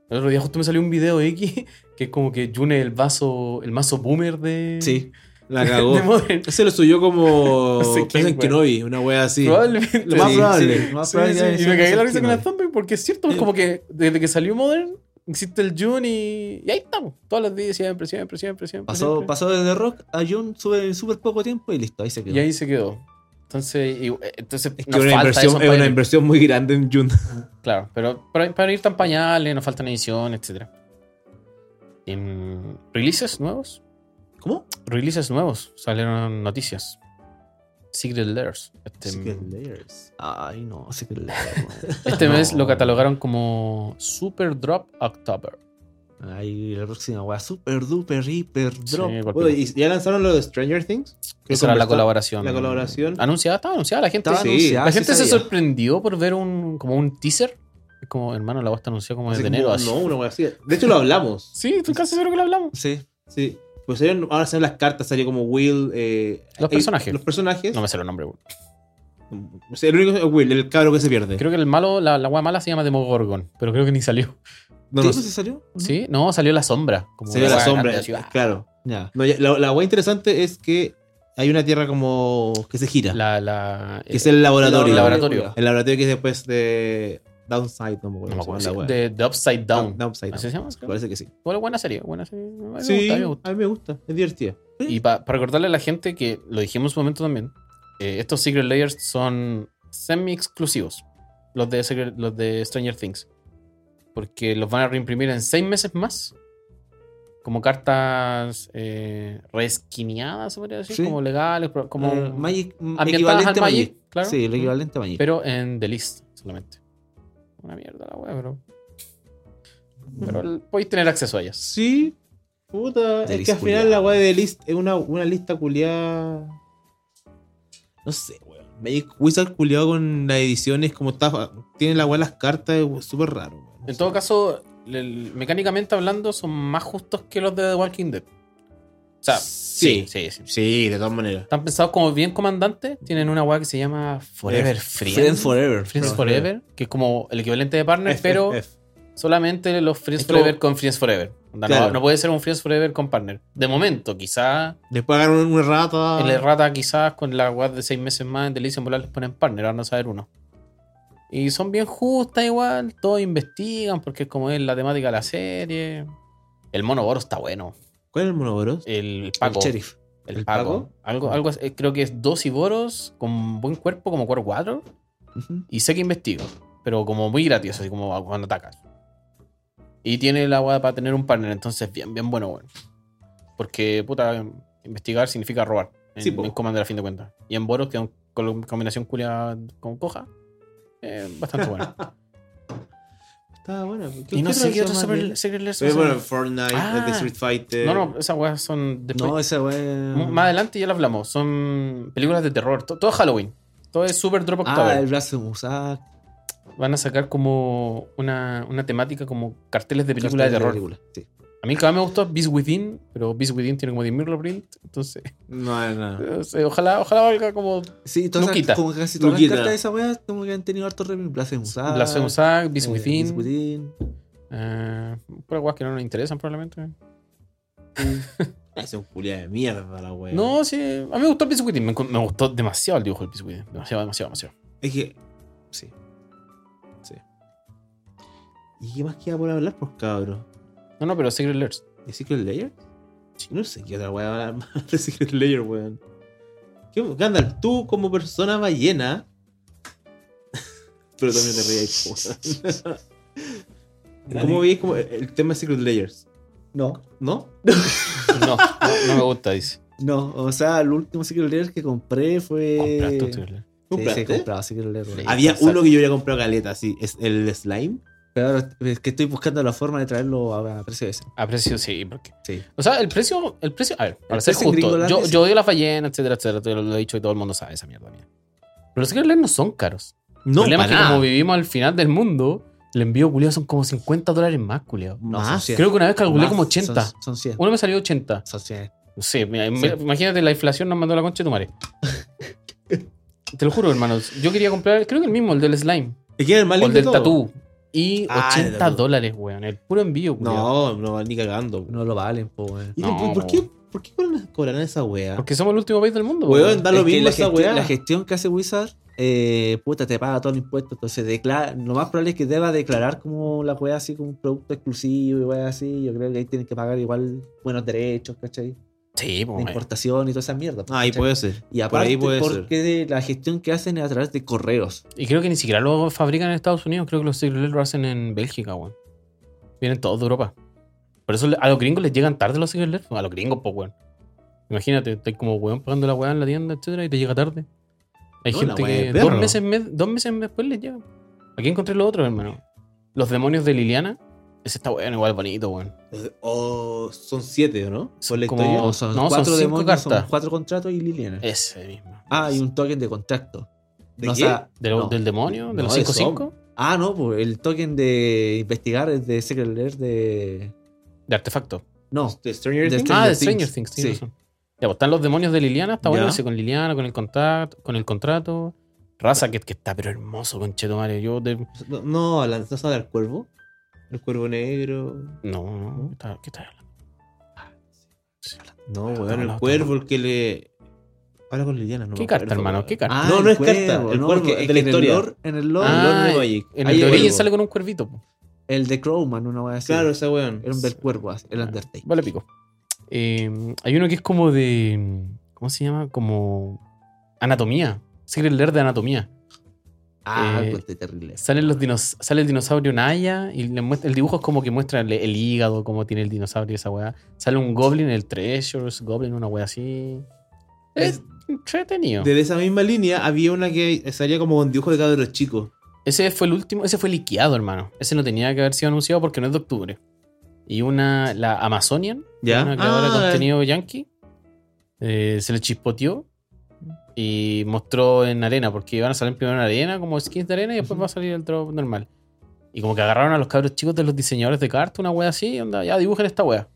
B: El otro día justo me salió un video X que es como que Jun es el vaso, el mazo boomer de,
A: Sí,
D: La cagó.
B: de Modern.
D: Ese lo subió como
B: No sé
D: Plaza
B: quién,
D: en Kenobi, una wea así.
B: Probablemente.
D: Lo más
B: Sí.
D: probable.
A: sí, lo más
B: Sí,
A: probable
B: sí,
A: que
B: Y
A: sea
B: me cagué la
A: ese
B: risa con
A: esquema.
B: las Thumbnail porque es cierto, es como que desde que salió Modern existe el June y, y ahí estamos. Todos los días, siempre, siempre, siempre, siempre.
A: Pasó,
B: siempre.
A: pasó desde rock a Jun sube en súper poco tiempo y listo, ahí se quedó.
B: Y ahí se quedó. Entonces, y- eh, entonces
D: Es que
B: nos
D: una
B: falta eso
D: inversión,
B: en
D: es una
B: Pioneer.
D: inversión muy grande en Jun.
B: Claro, pero para, para ir tan pañales, nos faltan ediciones, etc. En releases nuevos.
D: ¿Cómo?
B: Releases nuevos. Salieron noticias. Secret Letters. Este,
D: layers.
A: Ay, no, se quedó.
B: este
A: No.
B: mes lo catalogaron como Super Drop October.
A: Ay, la próxima weá, super duper, hiper
B: Sí,
A: drop.
B: cualquier-
C: ¿Y ya lanzaron lo de Stranger Things? Que
B: Esa era la
C: conversa-
B: colaboración.
C: la
B: Ah,
C: colaboración.
B: Anunciada, estaba anunciada. La gente,
A: Estaba
B: sí.
A: anunciada,
B: la
A: sí
B: gente se
A: sabía.
B: sorprendió por ver un, como un teaser. Es Como, hermano, la guasta anunció como
C: Así
B: desde
C: como-
B: enero. así.
C: No, una wea así. De hecho, lo hablamos.
B: Sí, estoy casi seguro que lo hablamos.
A: Sí,
C: Sí. Pues salieron- ahora salen las cartas, salió como Will. eh,
B: Los
C: eh,
B: personajes.
C: Los personajes.
B: No me sé los nombres. güey.
C: O sea, el único es Will, el cabro que se pierde.
B: Creo que el malo, la, la wea mala se llama Demogorgon, pero creo que ni salió.
C: No,
A: ¿Sí?
C: no,
A: ¿Se salió? ¿No?
B: ¿Sí? No, salió la sombra. Como
C: se ve la
B: wea
C: sombra.
B: grande, así, ah.
C: Claro.
A: Ya.
C: No, ya- la, la wea interesante es que hay una tierra como que se gira.
B: ah, La, la,
C: que es el laboratorio.
B: el laboratorio.
C: Ah. El laboratorio que es después de Downside, no me acuerdo.
B: No me
C: cómo
B: acuerdo.
C: se llama la wea.
B: de, de Upside Down.
C: Downside.
B: ¿Así se llama?
C: Parece que sí.
B: Bueno, buena serie, buena serie. A mí me
C: Sí,
B: gusta, a mí me gusta.
C: a mí me gusta, es divertida.
B: Y pa- para recordarle a la gente que lo dijimos en su momento también, eh, estos Secret Layers son semi-exclusivos, los de, Secret- los de Stranger Things. Porque los van a reimprimir en seis meses más, como cartas eh, reesquineadas, se podría decir,
A: Sí.
B: como legales, pro- como
A: Eh, Magic, mm,
B: ambientadas
A: equivalente
B: al
A: a Magic.
B: Magic, claro.
A: Sí, el
B: Mm.
A: equivalente a Magic.
B: Pero en The List solamente. Una mierda la wea, pero... Pero el- podéis tener acceso a ellas.
C: Sí, puta.
A: De
C: es
A: list
C: que al final la
A: culiada.
C: weá de list es una, una lista culiada. No sé, weón. Magic Wizard culiado con las ediciones, como está. Tiene la weá las cartas, es súper raro. weón. No
B: En
C: sé.
B: todo caso, el- mecánicamente hablando, son más justos que los de The Walking Dead. O sea, sí,
C: Sí.
B: sí, sí.
C: Sí, de todas maneras.
B: Están pensados como bien comandantes. Tienen una weá que se llama Forever Friends.
A: Friends Forever.
B: Friends
A: bro.
B: Forever, que es como el equivalente de Partner,
C: F,
B: pero
C: F.
B: solamente los Friends
C: Es como-
B: Forever con Friends Forever. Onda, no-
C: Claro.
B: no, puede ser un Friends Forever con Partner. De momento, quizá
C: Después agarran una rata.
B: el errata, quizás con la weá de seis meses más en Delicia en volar les ponen Partner, ahora no saber uno. Y son bien justas igual, todos investigan porque es como es la temática de la serie. El mono Boros está bueno.
C: ¿Cuál es el monoboros?
B: El
A: El
B: Paco.
A: sheriff.
B: El,
C: ¿El
B: Paco.
C: Paco?
B: Algo, algo así, eh, creo que es dos Iboros con buen cuerpo, como cuerpo 4.
A: Ujú.
B: Y sé que investigo, pero como muy gratis, así como cuando atacas. Y tiene la weá para tener un partner, entonces bien, bien bueno, weón. Porque, puta, investigar significa robar. En,
D: Sí, po.
B: en Commander a fin de cuentas. Y en Boros, que es un- con la combinación culia con coja, eh, bastante bueno.
C: Estaba buena.
B: y no sé qué otro
C: otros
B: Super Secret Lair
C: Eh,
D: Pero
B: son-
D: bueno, Fortnite,
B: Ah.
D: The Street Fighter.
B: No, no, esas weas son después.
A: No, esa weá.
B: M- Más adelante ya lo hablamos. Son películas de terror. To- Todo es Halloween. Todo es Super Drop
A: Ah,
B: October.
A: el Blasphemous. Ah,
B: Van a sacar como una, una temática como carteles de películas de
A: cartel
B: terror.
A: película, sí.
B: A mí cada vez me gustó Beast Within, pero Beast Within tiene como 10.000 reprint. Entonces,
D: No, no.
B: no sé, ojalá, ojalá valga como
A: Sí, todas esas-
B: Luquita.
A: como que casi todas
D: Luquita.
A: las cartas de esa weá, como que han tenido harto remix. Blasphemous. ah,
B: Blasphemous Act, Beast
A: eh,
B: Within.
A: Beast Within.
B: eh, puras guas que no nos interesan probablemente.
A: Eh.
D: Es un culia de mierda la wea.
B: No, sí. A mí me gustó Beast Within. Me, encon- me gustó demasiado el dibujo del Beast Within. Demasiado, demasiado, demasiado.
D: Es que. Sí.
C: ¿Y qué más queda por hablar, pues, cabrón?
B: No, no, pero Secret Lairs.
D: ¿Es Secret Layer?
C: No sé qué otra weá hablar más de Secret Layer, weón. ¿Qué, Gandalf, tú como persona ballena.
D: Pero también te reías.
C: ¿Cómo veis como el tema de Secret Layers?
A: No,
C: ¿No?
B: No, no, no me gusta, dice.
A: no. O sea, el último Secret Lair que compré fue.
B: Compraste un Secret Lair.
A: Sí, sí,
C: ¿Compraste?
A: compraba Secret Lair. weón.
B: Ah,
C: Había
B: Exacto.
C: uno que yo había comprado caleta, sí. Es el slime.
A: Pero ahora es que estoy buscando la forma de traerlo a, a precio de ese.
B: A precio, sí, porque.
A: Sí.
B: O sea, el precio, el precio, a ver, para
A: El
B: ser
A: precio en
B: justo,
A: Gringolandia,
B: yo,
A: sí.
B: yo odio la ballena, etcétera, etcétera, te lo he dicho y todo el mundo sabe esa mierda mía. Pero los Secret Lair no son caros.
C: No,
B: el problema es que
C: para
B: como
C: nada.
B: vivimos al final del mundo, el envío culiado son como 50 dólares más, culiado.
A: No,
C: Más.
A: son 100.
B: Creo que una vez calculé
A: Mm, Más,
B: como 80.
A: Son, son 100.
B: Uno me salió 80.
A: Son 100.
B: No sé, mira,
A: Sí.
B: imagínate, la inflación nos mandó la concha de tu madre. Te lo juro, hermanos. Yo quería comprar, creo que el mismo, el del slime.
C: Es que era el más
B: O el
C: lindo
B: del
C: de todo.
B: tatú. Y
C: Ah, el
B: 80
C: tatú.
B: dólares, weón. El puro envío, culiao.
C: No, no va ni cagando.
A: No lo valen, po, weón.
C: ¿Y
B: No,
C: por- ¿Por
B: weón.
C: qué, por qué cobran- cobran esa weá?
B: Porque somos el último país del mundo,
C: Weón,
B: weón.
C: da lo
A: Es que
C: mismo
A: la
C: esa
A: gestión,
C: weá.
A: La gestión que hace Wizard, eh, puta, te paga todo el impuesto. Entonces, declara, lo más probable es que deba declarar como la weá así como un producto exclusivo y weá así. Yo creo que ahí tienen que pagar igual buenos derechos, ¿cachai?
C: pues,
B: Sí, po,
A: De
B: weón.
A: importación y todas esas mierdas.
C: Ah, y
A: pues, ¿cachai?
C: puede ser.
A: Y
C: por
A: aparte,
C: ahí puede ser.
A: porque de la gestión que hacen es a través de correos.
B: Y creo que ni siquiera lo fabrican en Estados Unidos. Creo que los Secret Lair lo hacen en Bélgica, weón. Vienen todos de Europa. Por eso le- a los gringos les llegan tarde los Secret Lair. A los gringos, pues, weón. Imagínate, estás como weón pagando la weá en la tienda, etcétera, y te llega tarde. Hay
C: No, la
B: gente
C: weá
B: que
C: es
B: dos
C: perro.
B: meses, mes- dos meses después les llega. Aquí encontré lo otro, hermano. Los demonios de Liliana. Ese está weón, igual bonito, weón.
C: O son siete, ¿o ¿no? Por la
B: Como-
C: historia.
A: O son
B: no, son
A: cuatro
B: cinco
A: demonios,
B: cartas.
A: son cuatro contratos y Liliana.
B: Ese mismo.
A: ah, y un token de contacto.
C: Eh, ¿De
A: No, o
C: qué?
A: sea,
B: ¿Del,
A: no.
B: del demonio? ¿De
C: No,
B: los
C: de
B: 5-5?
A: Ah, no, pues el token de investigar es de Secret Lair de.
B: De artefacto.
A: No,
C: ¿De Stranger
A: de
C: Things?
A: Stranger
B: ah, de
A: Things.
B: Stranger Things, sí.
A: Sí.
B: razón. Ya, pues están los demonios de Liliana, está bueno
C: Ya.
B: ese con Liliana, con el contacto, con el contrato. Raza que, que está pero hermoso, concheto Mario. Yo de-
C: No, No, lanzas al cuervo. El cuervo negro.
B: No, no, ¿qué está- ¿qué estás hablando?
C: No,
B: no,
C: weón,
B: no,
C: el cuervo, el que le. Habla con Liliana, no
B: ¿Qué
C: me
B: carta,
C: acuerdo,
B: hermano?
C: weón.
B: ¿Qué carta?
A: Ah,
C: No, no es
A: cuervo,
C: carta, el
A: no,
C: cuervo,
A: porque
C: es
A: es
C: de
A: que
C: la
A: en el
C: historia.
A: lore- En el lore,
B: Ah,
C: Lord Magic.
B: En
C: Ahí
B: el de
C: hay
B: Origin
C: cuervo.
B: sale con un cuervito. po.
A: el de Crowman, una wea así.
C: Claro, ese weón.
A: Era un del cuervo, así,
B: Ah.
A: el Undertale.
B: Vale, pico. Eh, hay uno que es como de. ¿Cómo se llama? Como. Anatomía. Secret Lair de anatomía.
A: Ah,
B: Eh,
A: pues, de terrible.
B: Salen los dinos sale el dinosaurio Naya y le muestra- el dibujo es como que muestra el, el hígado, cómo tiene el dinosaurio y esa weá. Sale un goblin, el Treasures Goblin, una weá así. Es entretenido.
C: De esa misma línea había una que salía como con dibujo de cabros chicos.
B: Ese fue el último, ese fue liqueado, hermano. Ese no tenía que haber sido anunciado porque no es de octubre. Y una, la Amazonian,
C: ¿Ya?
B: una creadora
C: Ah,
B: de contenido yankee, eh, se le chispoteó y mostró en arena, porque iban a salir primero en arena, como skins de arena, y después va a salir el drop normal. Y como que agarraron a los cabros chicos de los diseñadores de cartas, una wea así, y onda, ya dibujen esta wea.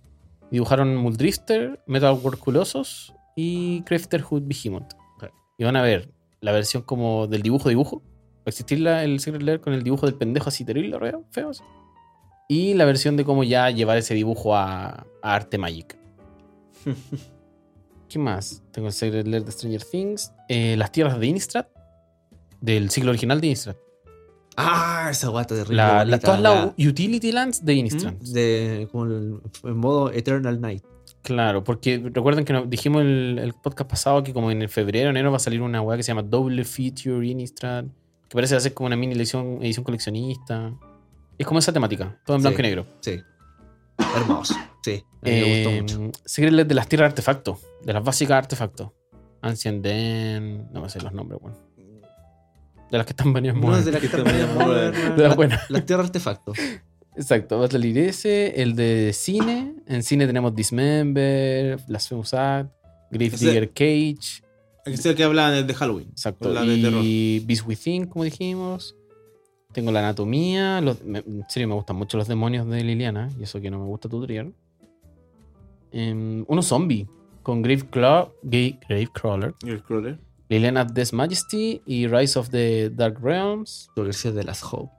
B: Dibujaron Muldrifter, Metal World Culosos y Crafter Hood Behemoth. Y van a ver la versión como del dibujo-dibujo. Va a existir la- el Secret Lair con el dibujo del pendejo así terrible, reo, feo. así. Y la versión de cómo ya llevar ese dibujo a, a arte Magic. ¿Qué más? Tengo el Secret Lair de Stranger Things. eh, las tierras de Innistrad. Del siglo original de Innistrad.
A: Ah, esa guata terrible.
B: La- la-
A: bonita,
B: todas las
A: la- Mm.
B: Utility Lands de Innistrad.
A: de, como el- en modo Eternal Night.
B: Claro, porque recuerden que nos dijimos el, el podcast pasado que como en el febrero, enero va a salir una weá que se llama Double Feature Innistrad, que parece hacer como una mini edición, edición coleccionista. Es como esa temática, todo en blanco
A: Sí.
B: y negro.
A: Sí. Hermoso. Sí. A mí me gustó
B: Eh,
A: mucho.
B: Secret Lair de las tierras de artefacto, de las básicas de artefacto. Ancient Den, no me sé los nombres, weón. De las que están baneadas. en
A: No
B: Modern.
A: es de la que
D: Está
A: también
D: bien, bueno.
B: De las buenas.
A: La tierra artefacto.
B: Exacto, va a salir ese, el de cine. En cine tenemos Dismember, Blasphemous Act, Grave
C: Ese-
B: Digger Cage,
C: Aquí sé que hablaban el de Halloween.
B: exacto,
C: Con la de terror.
B: y Beast Within, como dijimos. Tengo la anatomía. Los, me- en serio, me gustan mucho los demonios de Liliana, y eso que no me gusta tu triar. Em, uno zombie, con Grave, Claw, Ga- Grave Crawler,
D: Y el
C: eh.
D: crawler.
B: Liliana Death Majesty y Rise of the Dark Realms.
A: Tu versión de las Hope.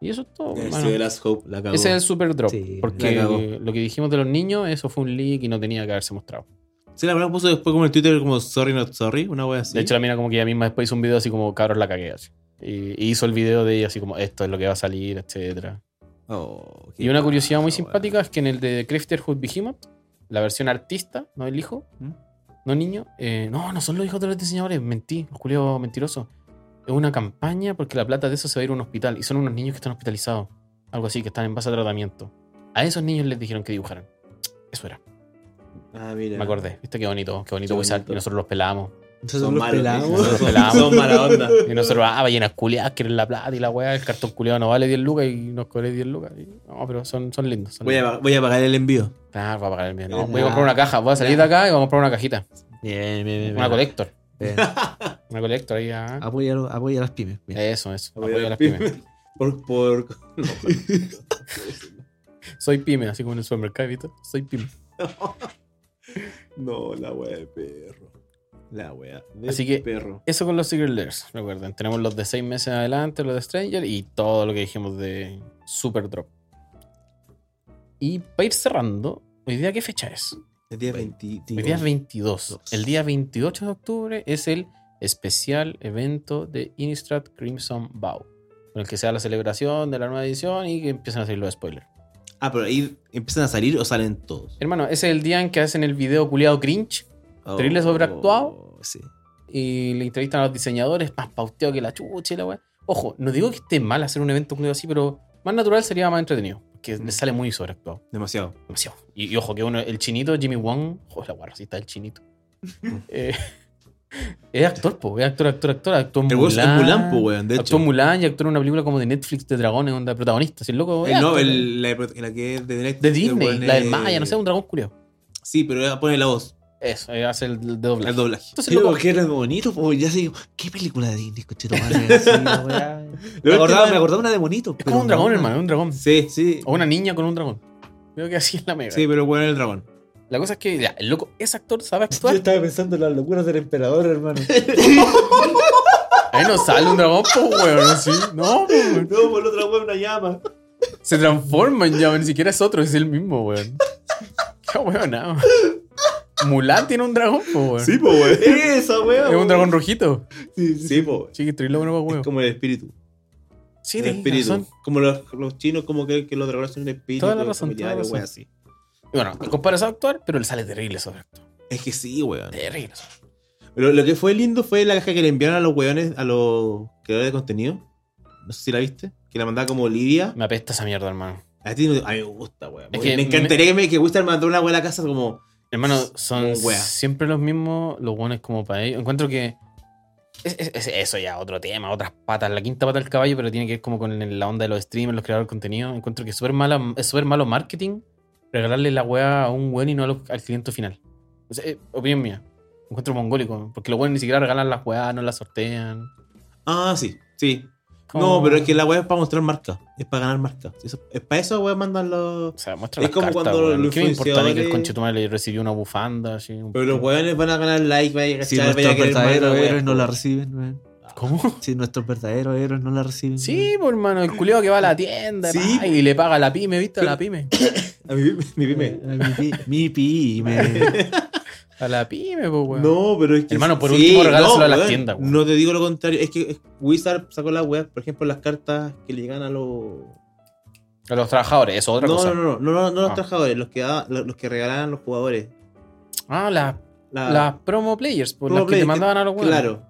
B: Y eso es todo.
D: El
B: hermano.
D: de Last Hope la cagó.
B: Ese es el super drop.
A: Sí,
B: porque
D: la cagó.
B: lo que dijimos de los niños, eso fue un leak y no tenía que haberse mostrado.
C: Sí, la verdad puso después como en Twitter como sorry not sorry, una wea así.
B: De hecho, la mina como que ella misma después hizo un video así como cabros la cagué así. Y, y hizo el video de ella así como esto es lo que va a salir, etcétera.
D: Oh, qué
B: Y una curiosidad muy
D: paja,
B: simpática es que en el de Crafterhood Behemoth, la versión artista, no el hijo,
D: ¿Mm?
B: no niño, eh, no, no son los hijos de los diseñadores, mentí, los culiados mentirosos. Es una campaña porque la plata de eso se va a ir a un hospital y son unos niños que están hospitalizados, algo así, que están en base a tratamiento. A esos niños les dijeron que dibujaran. Eso era.
D: weón. Ah, mira.
B: Me acordé, viste qué bonito, qué bonito
D: Qué
B: Wizard.
D: bonito.
B: Y nosotros los pelamos.
A: Entonces
D: Son
A: los
D: malos,
A: pelamos.
B: Nosotros los
D: Son,
B: pelamos.
D: son mala onda.
B: Y nosotros, ah, ballenas culiadas, quieren la plata y la weá, el cartón culiado no vale 10 lucas y nos cobré 10 lucas. Y- No, pero son, son lindos. Son
C: voy, a, voy a pagar el envío.
B: lindos. Ah, voy a pagar el mío. No,
A: Ya.
B: voy a comprar una caja, voy a salir de acá y voy a comprar una cajita.
A: Bien, bien, bien.
B: Una
A: bien.
B: colector.
A: Bien.
B: Una colector ahí, ah.
A: Apoya, apoya a las pymes. Bien.
B: Eso, eso.
D: Voy a
B: Apoya a las pymes.
D: Por, por... no,
B: Soy pyme, así como en el supermercado, ¿viste? Soy pyme.
D: No, la wea de perro. La wea de
B: Así que-
D: perro.
B: Eso con los Secret Layers, recuerden. Tenemos los de 6 meses adelante, los de Stranger y todo lo que dijimos de Super Drop. Y para ir cerrando, ¿hoy día qué fecha es?
D: El día 22.
B: Hoy día es 22. El día 28 de octubre es el especial evento de Innistrad Crimson Bow, con el que se da la celebración de la nueva edición y que empiezan a salir los spoilers.
C: Ah, pero ahí empiezan a salir o salen todos.
B: Hermano, ese es el día en que hacen el video culiado cringe Terrible
D: Oh,
B: sobreactuado.
D: Sí.
B: y le entrevistan a los diseñadores, más pauteado que la chucha y la weá. Ojo, no digo que esté mal hacer un evento culiado así, pero más natural sería más entretenido, que le sale muy sobreactuado.
C: Demasiado.
B: Demasiado. Y, y ojo, que uno, el chinito, Jimmy Wong, joder, la guarra, sí está el chinito. Eh, es actor, po, es actor, actor, actor, actor
C: El weón es Mulan, po, weón. De
B: Actuó
C: hecho.
B: en Mulan y actuó en una película como de Netflix de dragones, onda protagonista, si el loco.
C: El-
B: es
C: no,
B: actor,
C: el- la, la que es de Netflix,
B: de
C: el
B: Disney,
C: weón
B: la del
C: es-
B: Maya, no sé, un dragón culiao.
C: Sí, pero ella pone la voz,
B: Eso, eh, hace el de doblaje.
C: el doblaje.
B: Entonces,
A: Sí,
B: loco,
A: porque era bonito, pues ya sé, digo, ¿qué película de Disney, cochito madre? Sí, la weá. me,
C: última-
A: acordaba, me acordaba una de bonito.
B: es como un dragón, hermano, Oh, es un dragón.
C: Sí, sí.
B: O una niña con un dragón. Creo que así es la mega.
C: Sí, pero bueno, el dragón.
B: La cosa es que, ya, el loco, ese actor sabe actuar.
A: estaba pensando en las locuras del emperador, hermano.
B: Ahí no sale un dragón, po, weón, así. No, po, weón.
D: No,
C: pues
D: por otra wea una llama.
B: Se transforma en llama, ni siquiera es otro, es el mismo, weón. Qué weón, nada. Mulan tiene un dragón, po, weón.
D: Sí, po, weón. Esa wea.
B: es un dragón rojito.
D: Sí, sí, po.
B: Sí, que trilógono, pa'
C: Es
B: weón.
C: como el espíritu.
B: Sí,
C: el
B: tenés
C: espíritu.
B: razón.
C: Como los, los chinos, como que, que los dragones son un espíritu.
B: Toda la razón,
C: familiar,
B: toda la
C: wea,
B: razón.
C: así.
B: Y bueno, el compadre sabe actuar, pero le sale terrible sobre actuar.
C: Es que sí, weón.
B: Terrible.
C: Pero lo que fue lindo fue la caja que le enviaron a los weones, a los creadores de contenido. No sé si la viste. Que la mandaba como Olivia.
B: Me apesta esa mierda, hermano.
C: A ti no- a mí me gusta, weón.
B: Es
C: Porque
B: que
C: me encantaría que, me, que Wister mandó una weá a la casa como.
B: Hermano, son
C: Como wea.
B: siempre los mismos, los buenos como para ellos. Encuentro que. es- es- es- eso ya, otro tema, otras patas, la quinta pata del caballo, pero tiene que ver como con la onda de los streamers, los creadores de contenido. Encuentro que es súper mala- es súper malo marketing regalarle la weá a un buen y no a los- al cliente final. O sea, eh, opinión mía. Encuentro mongólico, porque los buenos ni siquiera regalan las weá, no las sortean.
C: Ah, sí, sí.
B: Como-
C: No, pero es que la weá es para mostrar marca. Es para ganar marca. Eso- es para eso, weón, mandan los.
B: O sea, muestra
C: Es
B: las
C: como
B: cartas,
C: cuando
B: weón.
C: los
B: ¿Qué me importa a mí que el
C: influenciadores-
B: conchetumare le recibió una bufanda? Así, un-
C: Pero los weones van a ganar like, vaya a
A: Si
C: cachar, vaya a
A: nuestros
C: querer más
A: verdaderos
C: la wea,
A: héroes no la
C: po.
A: reciben, weón.
B: ¿Cómo?
A: Si nuestros verdaderos héroes no la reciben.
B: Sí, pues hermano, el culiao que va a la tienda
C: Sí.
B: pa, y le paga a la pyme, ¿viste? A la pyme.
C: A mi, mi pyme.
A: weón. Eh, Mi, pi- mi pi, me-
B: A la pyme, pues, weón.
C: No, pero es que.
B: Hermano, por último, regálaselo a las
C: weón.
B: tiendas, weón.
C: No te digo lo contrario. Es que Wizard sacó la web, por ejemplo, las cartas que le llegan a los.
B: A los trabajadores, eso es otra
C: no,
B: cosa.
C: no, no, no, no, no, los
B: Ah.
C: trabajadores, los que, da- los que regalaban los jugadores.
B: Ah, las
C: La-
B: las promo players,
C: Ah.
B: por
C: Promo
B: las que te
C: players,
B: mandaban a los weones.
C: Claro.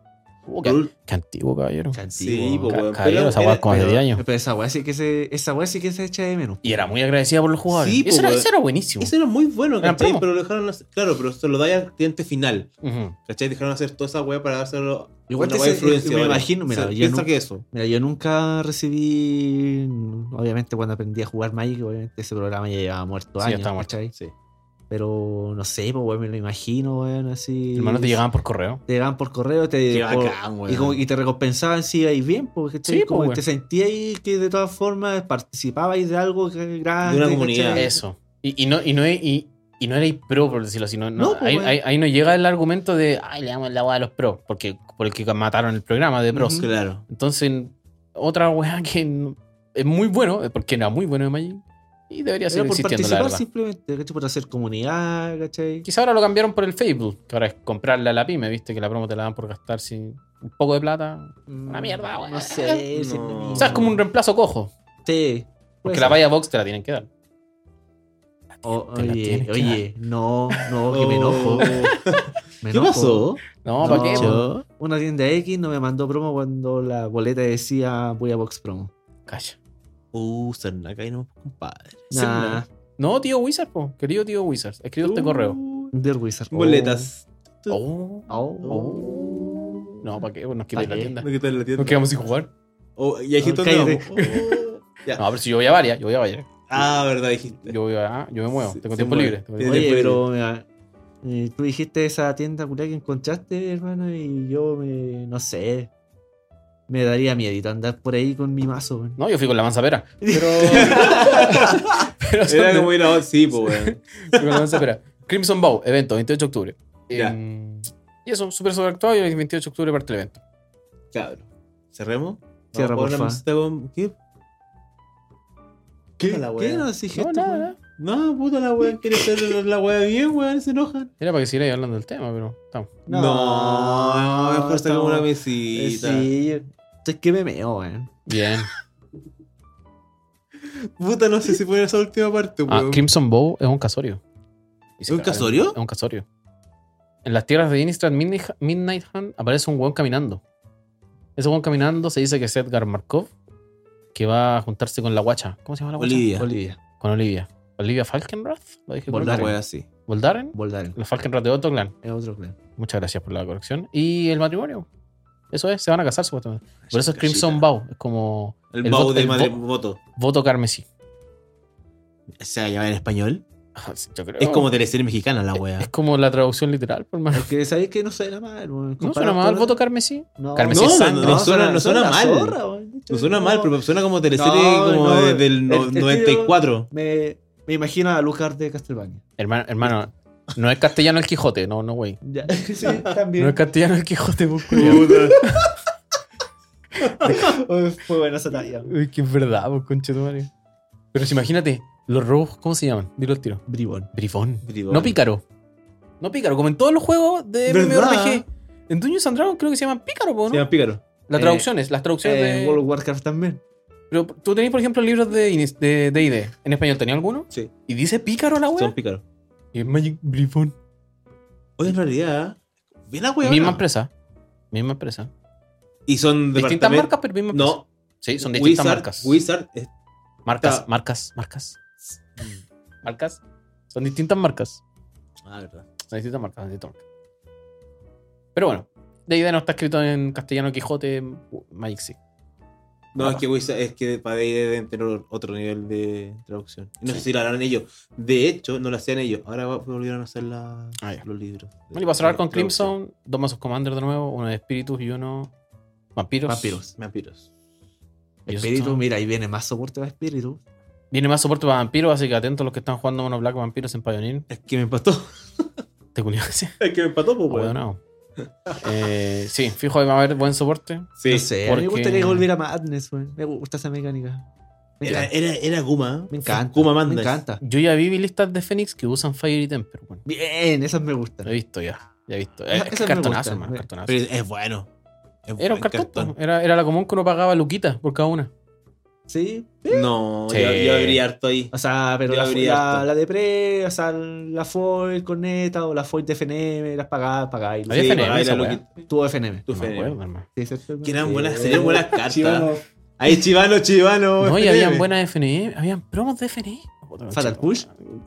B: Oh, qué,
D: Por-
B: qué antiguo, caballero.
A: Qué antiguo,
D: Sí, po,
A: weón.
B: Ca-
D: weón.
B: caballero, esa weá como hace
D: pero-
B: 10 años.
A: Pero esa weá sí que se. Esa weá sí que se echa de menos.
B: Y era muy agradecida por los jugadores.
C: Sí,
B: Eso
C: po,
B: era,
C: weón.
B: ese era buenísimo.
C: Ese era muy bueno,
B: Eran
C: ¿cachai?
B: promos.
C: Pero lo dejaron hacer- Claro, pero se lo dais al cliente final.
B: Ujú.
C: ¿Cachai? Dejaron hacer toda esa weá para dárselo.
A: Igual
C: una
A: te
C: weá
A: sé-
C: influenciadora.
A: me imagino, mira,
C: O sea,
A: yo
C: piensa
A: no-
C: que eso.
A: Mira, yo nunca recibí. Obviamente, cuando aprendí a jugar Magic, obviamente ese programa ya llevaba muerto
B: Sí, ya
A: años.
B: estaba muerto,
A: ¿cachai?
B: sí.
A: Pero no sé, pues, weón, me lo imagino, weón, así.
B: Hermanos, te llegaban por correo.
A: Te llegaban por correo, te.
C: Qué
A: por-
C: bacán,
A: y,
C: weón.
A: como- y te recompensaban si ibais bien, porque
B: Sí,
A: como
B: pues,
A: te sentías ahí que de todas formas participabais de algo que- grande.
C: De una comunidad.
A: ¿cachai?
B: Eso. Y, y no, y no es- y- y no erais pro, por decirlo así. No, no,
A: No, po,
B: ahí,
A: weón.
B: ahí- ahí no llega el argumento de, ay, le damos la agua a los pros, porque, porque mataron el programa de pros.
A: Ujú.
C: Claro.
B: Entonces, otra weá que n- es muy bueno, eh, porque era muy bueno de Magic, y debería
A: Era
B: seguir
A: por
B: existiendo, la
A: participar
B: verdad.
A: simplemente, ¿cachai? Por hacer comunidad, ¿cachai?
B: Quizá ahora lo cambiaron por el Facebook, que ahora es comprarle a la pyme, viste, que la promo te la dan por gastar sin un poco de plata.
A: Una
B: mierda, weón.
A: Mm, No sé, si
D: No.
A: no-
B: O sea, es como un reemplazo cojo,
A: Sí, puede
B: porque
A: ser.
B: la valla box te la tienen que dar.
A: O-
B: te la tienes
A: oye,
B: que Oh.
A: oye, no, no, que me enojo. me
C: Oh. ¿Qué
A: enojo.
C: pasó?
B: No,
A: No,
B: ¿para qué? po?
A: yo- Una tienda X no me mandó promo cuando la boleta decía voy a box promo.
B: Calla.
C: Uh, Cernaca y no, compadre.
A: Nah,
B: No, tío Wizard, po. querido tío Wizard, escribo
A: Uh,
B: este correo.
A: Dear Wizard.
C: Boletas.
B: Oh,
A: Oh,
B: oh. No, ¿para qué? Nos
A: ¿Pa'
B: quedamos en la
A: qué?
B: tienda.
C: No, ¿qué tal la tienda?
B: Nos quedamos sin jugar.
C: Oh, y ahí
A: Ah,
C: dijiste dónde
A: Cállate.
C: vamos. Oh, ya.
B: No, pero si yo voy a varias, yo voy a varias.
C: Ah, verdad, dijiste.
B: Yo voy a, yo me muevo,
C: Se-
B: tengo
C: se
B: tiempo
C: mueve.
B: libre. tengo
C: Tiene
B: tiempo
A: Oye,
C: después-
A: pero mira, eh, tú dijiste esa tienda culia que encontraste, hermano, y yo me, no sé, me daría miedo andar por ahí con mi mazo. weón.
B: No, yo fui con la manzapera. Pero. pero son
C: Era
B: de-
C: como ir a sí, po, weón.
B: fui con la manzapera. Crimson Bow, evento, 28 de octubre.
C: Ya.
B: Em, y eso, súper sobreactuado y el 28 de octubre parte el evento.
C: Cabrón. ¿Cerremos?
A: Cierra,
C: Vamos a poner
A: porfa.
C: una musiquita con- ¿Qué? ¿Qué? la
A: ¿Qué
C: wea?
A: no dijiste?
B: No,
A: weón?
B: nada, nada.
C: No, puta la weá. Quiere hacer la- la weá bien, weón. Se enojan.
B: Era para que siguiera hablando del tema, pero. estamos.
A: No,
C: mejor sacamos
A: estamos-
C: una
A: Eh,
C: mesita.
A: Sí, esto es que me meo, weón.
B: Bien.
C: Puta, no sé si poner esa última parte,
B: Ah,
C: weón.
B: Crimson Bow es un casorio. Y se
C: ¿Es un
B: cagaron.
C: casorio?
B: Es un casorio. En las tierras de Innistrad Midnight Midnight Hunt aparece un weón caminando. Ese weón caminando se dice que es Edgar Markov, que va a juntarse con la guacha. ¿Cómo se llama la guacha?
C: Olivia.
A: Olivia,
B: Con Olivia. Olivia Falkenrath, lo dije
C: Una
A: Voldaren.
B: correcto?
C: weá así.
B: Voldaren.
A: Voldaren,
B: La Falkenrath de Otto Clan.
A: es otro clan.
B: Muchas gracias por la corrección. Y el matrimonio. Eso es, se van a casar supuestamente. Por eso es Crimson Bow. Es como
C: El,
B: el
C: bau
B: voto-
C: de
B: el
C: madre
B: vo-
C: voto.
B: voto carmesí.
C: ¿Se va a llamar en español?
B: Ah, Yo creo.
C: Es como teleserie mexicana la
B: es
C: weá.
B: como la traducción literal, por más.
A: Porque sabéis que no suena mal, weón.
B: ¿No
A: Comparado
B: suena mal
A: con-
B: el voto carmesí?
A: No,
B: Carmesí
C: No,
B: es
C: no,
B: sangre.
C: no, suena- no suena
A: la
C: mal.
A: zorra, weón.
C: No suena mal, pero suena como teleserie
A: No,
C: como
A: no,
C: desde el no-
A: el- el
C: 94.
A: Me, me imagino a Lucar de Castlevania.
B: Hermano, hermano, no es castellano el Quijote, no, no, güey.
A: Ya, sí, también.
B: No es castellano el Quijote, pues, culiao.
C: Puta.
A: Uy, Fue Oh, buena esa talla.
B: Uy, que es verdad, pues, conche tu madre. Pero si imagínate, los robos, ¿cómo se llaman? Dilo al tiro.
A: Bribón.
B: Bribón.
C: Bribón.
B: No pícaro. No pícaro, como en todos los juegos de
C: ¿Verdad?
B: MMORPG. En Dungeons and Dragons creo que se llaman pícaro, po,
C: Se
B: ¿no?
C: llama Pícaro.
B: las
A: Eh,
B: traducciones, las traducciones
A: Eh,
B: de...
A: World of Warcraft también.
B: Pero tú tenés, por ejemplo, libros de Inis- de D&D. en español, ¿tenía alguno?
C: Sí.
B: Y dice pícaro la
C: Son
B: wea.
C: Pícaro.
B: Y es Magic Bribón.
C: Oye, en realidad. Bien la weá.
B: Misma empresa. Misma empresa.
C: Y son
B: Distintas
C: departamentos-
B: marcas, pero misma empresa.
C: No,
B: Sí, son distintas
C: Wizard-
B: marcas.
C: Wizard es-
B: Marcas,
C: Está-
B: marcas, marcas. Marcas. Son distintas marcas.
C: Ah, verdad.
B: Son distintas marcas, son distintas marcas. Pero bueno, de idea no está escrito en castellano Quijote, uh, Magic sí. Ah,
C: No, es que Wizard, es que para ahí deben tener otro nivel de traducción. Y No sé si la harán ellos. De hecho, no la hacían ellos. Ahora va- volvieron a hacer la-
B: Ah, ya.
C: los libros.
B: Bueno, y para cerrar con
C: Traducción.
B: Crimson, dos mazos Commander de nuevo, uno de espíritus y uno vampiros.
A: Vampiros.
C: Vampiros.
B: Y eso
A: Espíritu,
B: está-
A: mira, ahí viene más soporte para Espíritu.
B: Viene más soporte para vampiros, así que atentos los que están jugando mono black vampiros en Pioneer.
C: Es que me empató.
B: Te culiaste.
C: Es que me empató, pues,
B: Ah, Bueno,
C: weón.
B: no. Eh, sí, fijo, ahí va a haber buen soporte.
C: Sí.
A: no sé, Eh, a mí
B: porque-
A: me gustaría que volviera a Madness, weón. Me gusta esa mecánica. Me
C: Era,
A: encanta.
C: era, era Guma.
A: me encanta.
C: Guma
A: me
C: Mandas.
A: encanta.
B: Yo ya vi listas de Fénix que usan Fire y Temper. bueno.
A: Bien, esas me
B: Lo
A: gustan.
B: he visto ya. Ya he visto.
A: Ah, Esa-
B: Es, es
A: esa me
B: cartonazo,
A: gusta,
B: hermano.
A: me-
B: cartonazo.
C: Pero es bueno. Es
B: Era
C: buen
B: un cartón. po. Era, era la común que uno pagaba Luquita por cada una.
A: Sí.
C: No,
B: Sí.
C: yo, yo habría harto ahí.
A: O sea, pero
C: Yo
A: la,
C: habría
A: la,
C: harto.
A: la de pre, o sea, la foil, corneta o la foil de FNM, las pagadas, pagáis.
B: Había
A: Sí,
B: FNM,
C: pues,
A: pagáis
B: esa
A: la
B: weá.
A: loqui- Tuvo FNM.
C: Tu
B: No me
C: fe.
B: acuerdo, hermano.
A: Sí, exacto.
C: Que eran
A: Sí.
C: buenas, serían buenas cartas.
A: Chivano.
C: Ahí chivano, chivano.
B: No, y
C: FNM.
A: E.
B: habían buenas FNE, habían E. promos de E. FNE.
A: Fatal Push.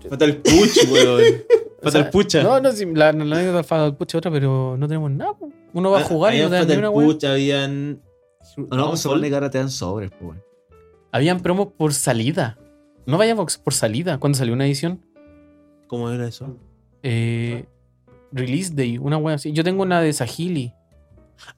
C: Fatal Puch, weón.
B: O sea,
C: Fatal Pucha.
B: No, no, sí, la la anécdota del Fatal Push es otra, pero no tenemos nada. po. Uno va
A: Ah,
B: a jugar y
C: habían
B: no te dan ni una
C: Fatal
B: wea.
C: Puch, habían.
A: No, no,
C: Dragon
A: se
C: Ball.
A: supone que ahora te dan sobres, pues. weón.
B: Habían promos por salida. No vaya Vox, por salida. Cuando salió una edición.
C: ¿Cómo era eso?
B: Eh, release Day, una wea así. Yo tengo una de Sahili.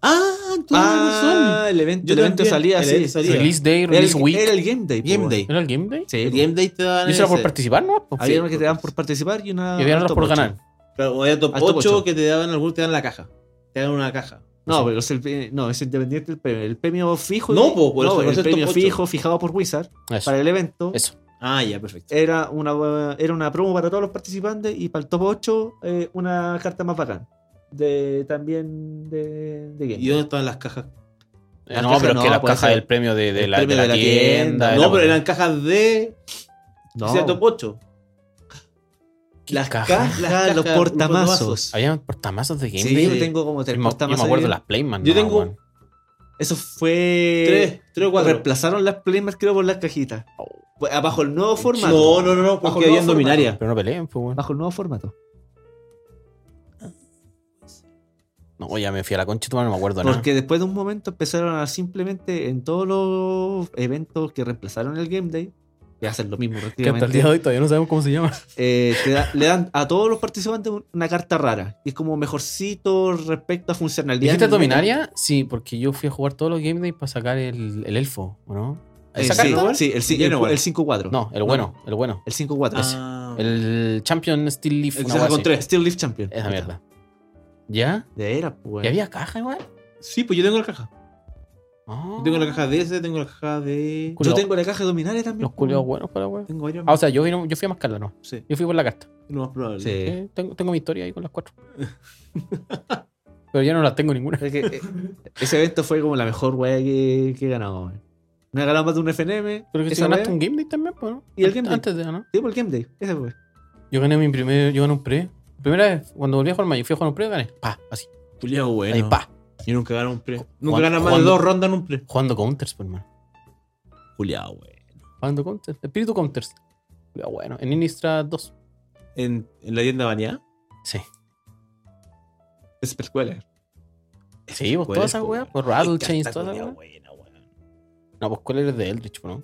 C: Ah, tú
A: Ah, el evento,
C: Yo
A: el evento
C: también,
A: salía
C: el
A: así.
C: evento salía.
B: Release Day,
A: Era el,
B: release week.
A: era el Game Day. po,
C: Game
A: weón.
C: Day.
B: ¿Era el Game Day?
A: Sí,
C: El
A: po.
C: Game Day te daban
B: Yo era por
C: ese.
B: participar, ¿no? Po.
A: Había
C: Sí, pues.
A: una que
C: por
A: te dan
C: participar.
A: por participar y una.
B: Y había otras por
A: ocho.
B: ganar.
C: Claro, o había top
A: Al top
C: 8
A: ocho.
C: que te daban algunos, te dan la caja. Te dan una caja.
A: No, pero es el, pre- no, es independiente del premio. El premio fijo. pues,
C: No, po, por eso, por
A: el
C: eso es
A: premio
C: top ocho.
A: fijo fijado por Wizard
B: Eso.
A: para el evento.
B: Eso.
C: Ah, ya, perfecto.
A: Era una, era una promo para todos los participantes y para el top 8 eh, una carta más bacán. De, también de, de Game.
C: ¿Y dónde estaban las cajas?
B: Eh,
A: Las
B: no,
A: cajas
B: pero es que
A: no,
B: la
A: puede
B: caja
A: ser.
B: del premio de, de
A: El
B: la,
A: premio
B: de la
A: de la
B: tienda.
A: tienda.
B: de
C: No,
B: la
C: pero
B: wea.
C: eran cajas de.
A: No,
C: que sea top 8.
B: ¿Qué
A: las
B: caja?
A: cajas,
C: Las cajas,
A: los
C: los
A: portamazos.
C: portamazos.
B: Habían portamazos de Game
A: Sí,
B: Day.
A: yo tengo como
B: Yo
A: tres
B: me- yo me
A: portamazos.
B: acuerdo
A: de-
B: de las Playman.
C: Yo
B: no,
C: tengo-
B: weón.
A: Eso fue.
C: 3, 3 o 4.
A: Reemplazaron las Playmas, creo, por las cajitas.
B: Oh.
A: Pues, ah, Bajo el nuevo formato.
C: No, no, no, no,
A: Bajo
C: porque
A: el nuevo
C: habían
A: formato.
C: dominaria.
B: Pero no peleen, pues, weón.
A: Bajo el nuevo formato.
B: No, ya me fui a la concha, tu madre, no me acuerdo nada.
A: Porque después de un momento empezaron a simplemente en todos los eventos que reemplazaron el Game Day, que hacen lo mismo
B: Que hasta el día
A: prácticamente,
B: de hoy todavía no sabemos cómo se llama.
A: eh, te da- le dan a todos los participantes un- una carta rara. Y es como mejorcito respecto a funcionalidad.
B: ¿Dijiste
A: en el meta.
B: Dominaria? Sí, porque yo fui a jugar todos los Game Days para sacar el, el elfo, ¿o no?
A: Eh,
B: ¿Esa
A: sí,
B: carta?
A: Sí, el, ci-
C: Ya no,
A: el,
C: bueno.
A: el 5-4.
B: No, el bueno, el bueno.
A: El 5-4.
C: Ah,
B: El Champion Steel Leaf.
C: el que
B: una
C: se
B: wea
C: sacó
B: así.
C: 3.
A: Steel Leaf Champion.
B: Esa mierda. ¿Ya?
A: De era, pues.
B: ¿Y había caja igual?
C: Sí, pues yo tengo la caja.
B: No.
C: Yo tengo la caja de ese, tengo la caja de.
A: Yo tengo la caja de Dominaria también.
B: Los
A: pues.
B: culiados buenos para la wea.
C: Tengo varios.
B: Ah, o sea, yo, fui- yo fui a mascarla, no.
C: sí,
B: Yo fui por la carta.
C: lo más probable.
A: Sí.
B: Eh, tengo, tengo mi historia ahí con las cuatro. Pero ya no las tengo ninguna.
A: Es que, eh, ese evento fue como la mejor wea que, que he ganado. weón. No he ganado más de un FNM.
B: Pero que si
A: esa
B: ganaste
A: wea.
B: un Game Day también, pues, ¿no?
A: ¿Y el Game Day?
B: Antes de, ¿no?
A: Sí, por el Game Day. Ese fue.
B: Yo gané mi primer, yo gané un pre. Primera vez, cuando volví a jugar Magic, fui a jugar un pre, gané. Pa, así.
C: Culeado bueno.
B: Ahí, pa.
C: Yo nunca gano un pre.
B: Juan-
C: Nunca ganas más de
B: Juan-
C: dos rondas en un pre.
B: Jugando counters, por hermano.
C: Culeado, güey.
B: Jugando counters. Espíritu counters. Ya, bueno, en Innistrad 2.
C: ¿En, en la tienda baneada?
B: Sí.
A: Es preescolar.
B: Sí, pues, vos
C: ¿Cuál
B: todas
C: es,
B: esas
C: po,
B: weas.
C: weón?
B: Por
C: Ay,
B: Rattle
C: carta
B: Chains, todas esas
C: culeado
B: weas.
C: buena, weón.
B: No, pues cuál eres de Eldritch, po, ¿no?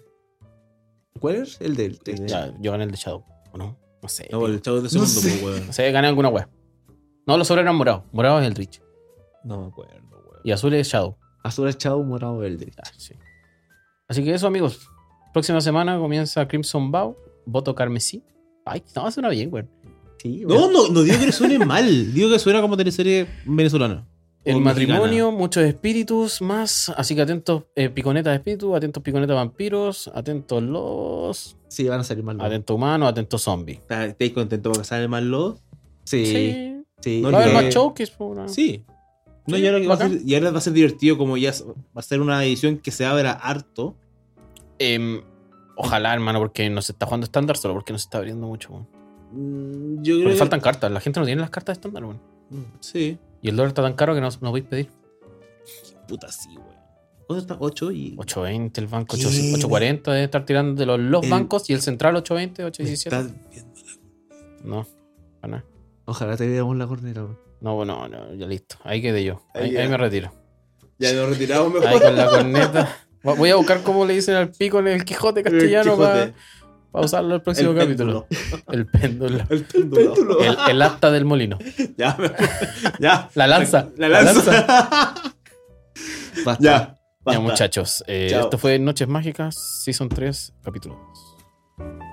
A: ¿Cuál es? El del.
C: Sí.
B: Ya, yo gané el de Shadow, ¿o no? No sé.
C: No,
B: tío.
C: el chavo de
A: No
C: segundo,
A: sé.
C: pues, weón.
B: No sé, gané alguna wea. No, los sobres eran morados. Morado es Eldritch.
C: No me acuerdo, weón.
B: Y azul es Shadow.
A: Azul Chao Morado Verde.
B: Ah, sí. Así que eso, amigos. Próxima semana comienza Crimson Bow, voto carmesí. Ay, no, suena bien, güey.
A: Sí, weón.
C: No, no, no digo que le suene mal. Digo que suena como teleserie venezolana.
B: El
C: O
B: matrimonio, muchos espíritus más. Así que atentos eh, piconetas de espíritus, atentos piconetas vampiros, atentos lobos,
A: Sí, van a salir mal. weón.
B: atentos humanos, atentos zombies.
C: mexicana. ¿Está- ¿Estáis contentos para que sale mal los?
A: Sí. Sí. Eh,
C: No,
B: Va a haber
C: que-
B: más showcase, po, weón.
C: Ah. Sí. No,
B: Sí,
C: y, ahora que va a
B: bacán.
C: ser- y ahora va a ser divertido, como ya s- va a ser una edición que se abra harto.
B: Em, ojalá, hermano, porque no se está jugando estándar solo porque no se está abriendo mucho, weón.
C: Mm, Yo creo
B: Porque
C: que-
B: faltan cartas. La gente no tiene las cartas estándar, weón.
C: Mm, Sí.
B: Y el dólar está tan caro que no, no podéis pedir.
C: Puta, sí, weón. ¿Cuánto está? 8 y.
B: 820 el banco,
C: ¿Qué?
B: 8- 840 debe estar tirando de los, los
C: El-
B: bancos y el central 820,
C: Me
B: 817.
C: estás viendo la-
B: No, para nada.
A: Ojalá te veamos la cornera. weón.
B: No, bueno, no, ya listo. Ahí quedé yo. Ahí,
C: Ahí ya.
B: ahí me retiro.
C: Ya nos retiramos mejor.
B: Ahí con la corneta. Va- Voy a buscar cómo le dicen al pico en el Quijote
C: El
B: castellano para
C: Quijote.
B: usarlo el próximo
C: El
B: capítulo.
C: péndulo.
B: El péndulo.
C: El péndulo.
B: El, el acta del molino.
C: Ya, me- ya.
B: La lanza.
C: La lanza.
A: Basta.
C: ya.
B: Ya,
C: basta.
B: muchachos. eh,
C: Chao.
B: esto fue Noches Mágicas, Season 3, capítulo 2.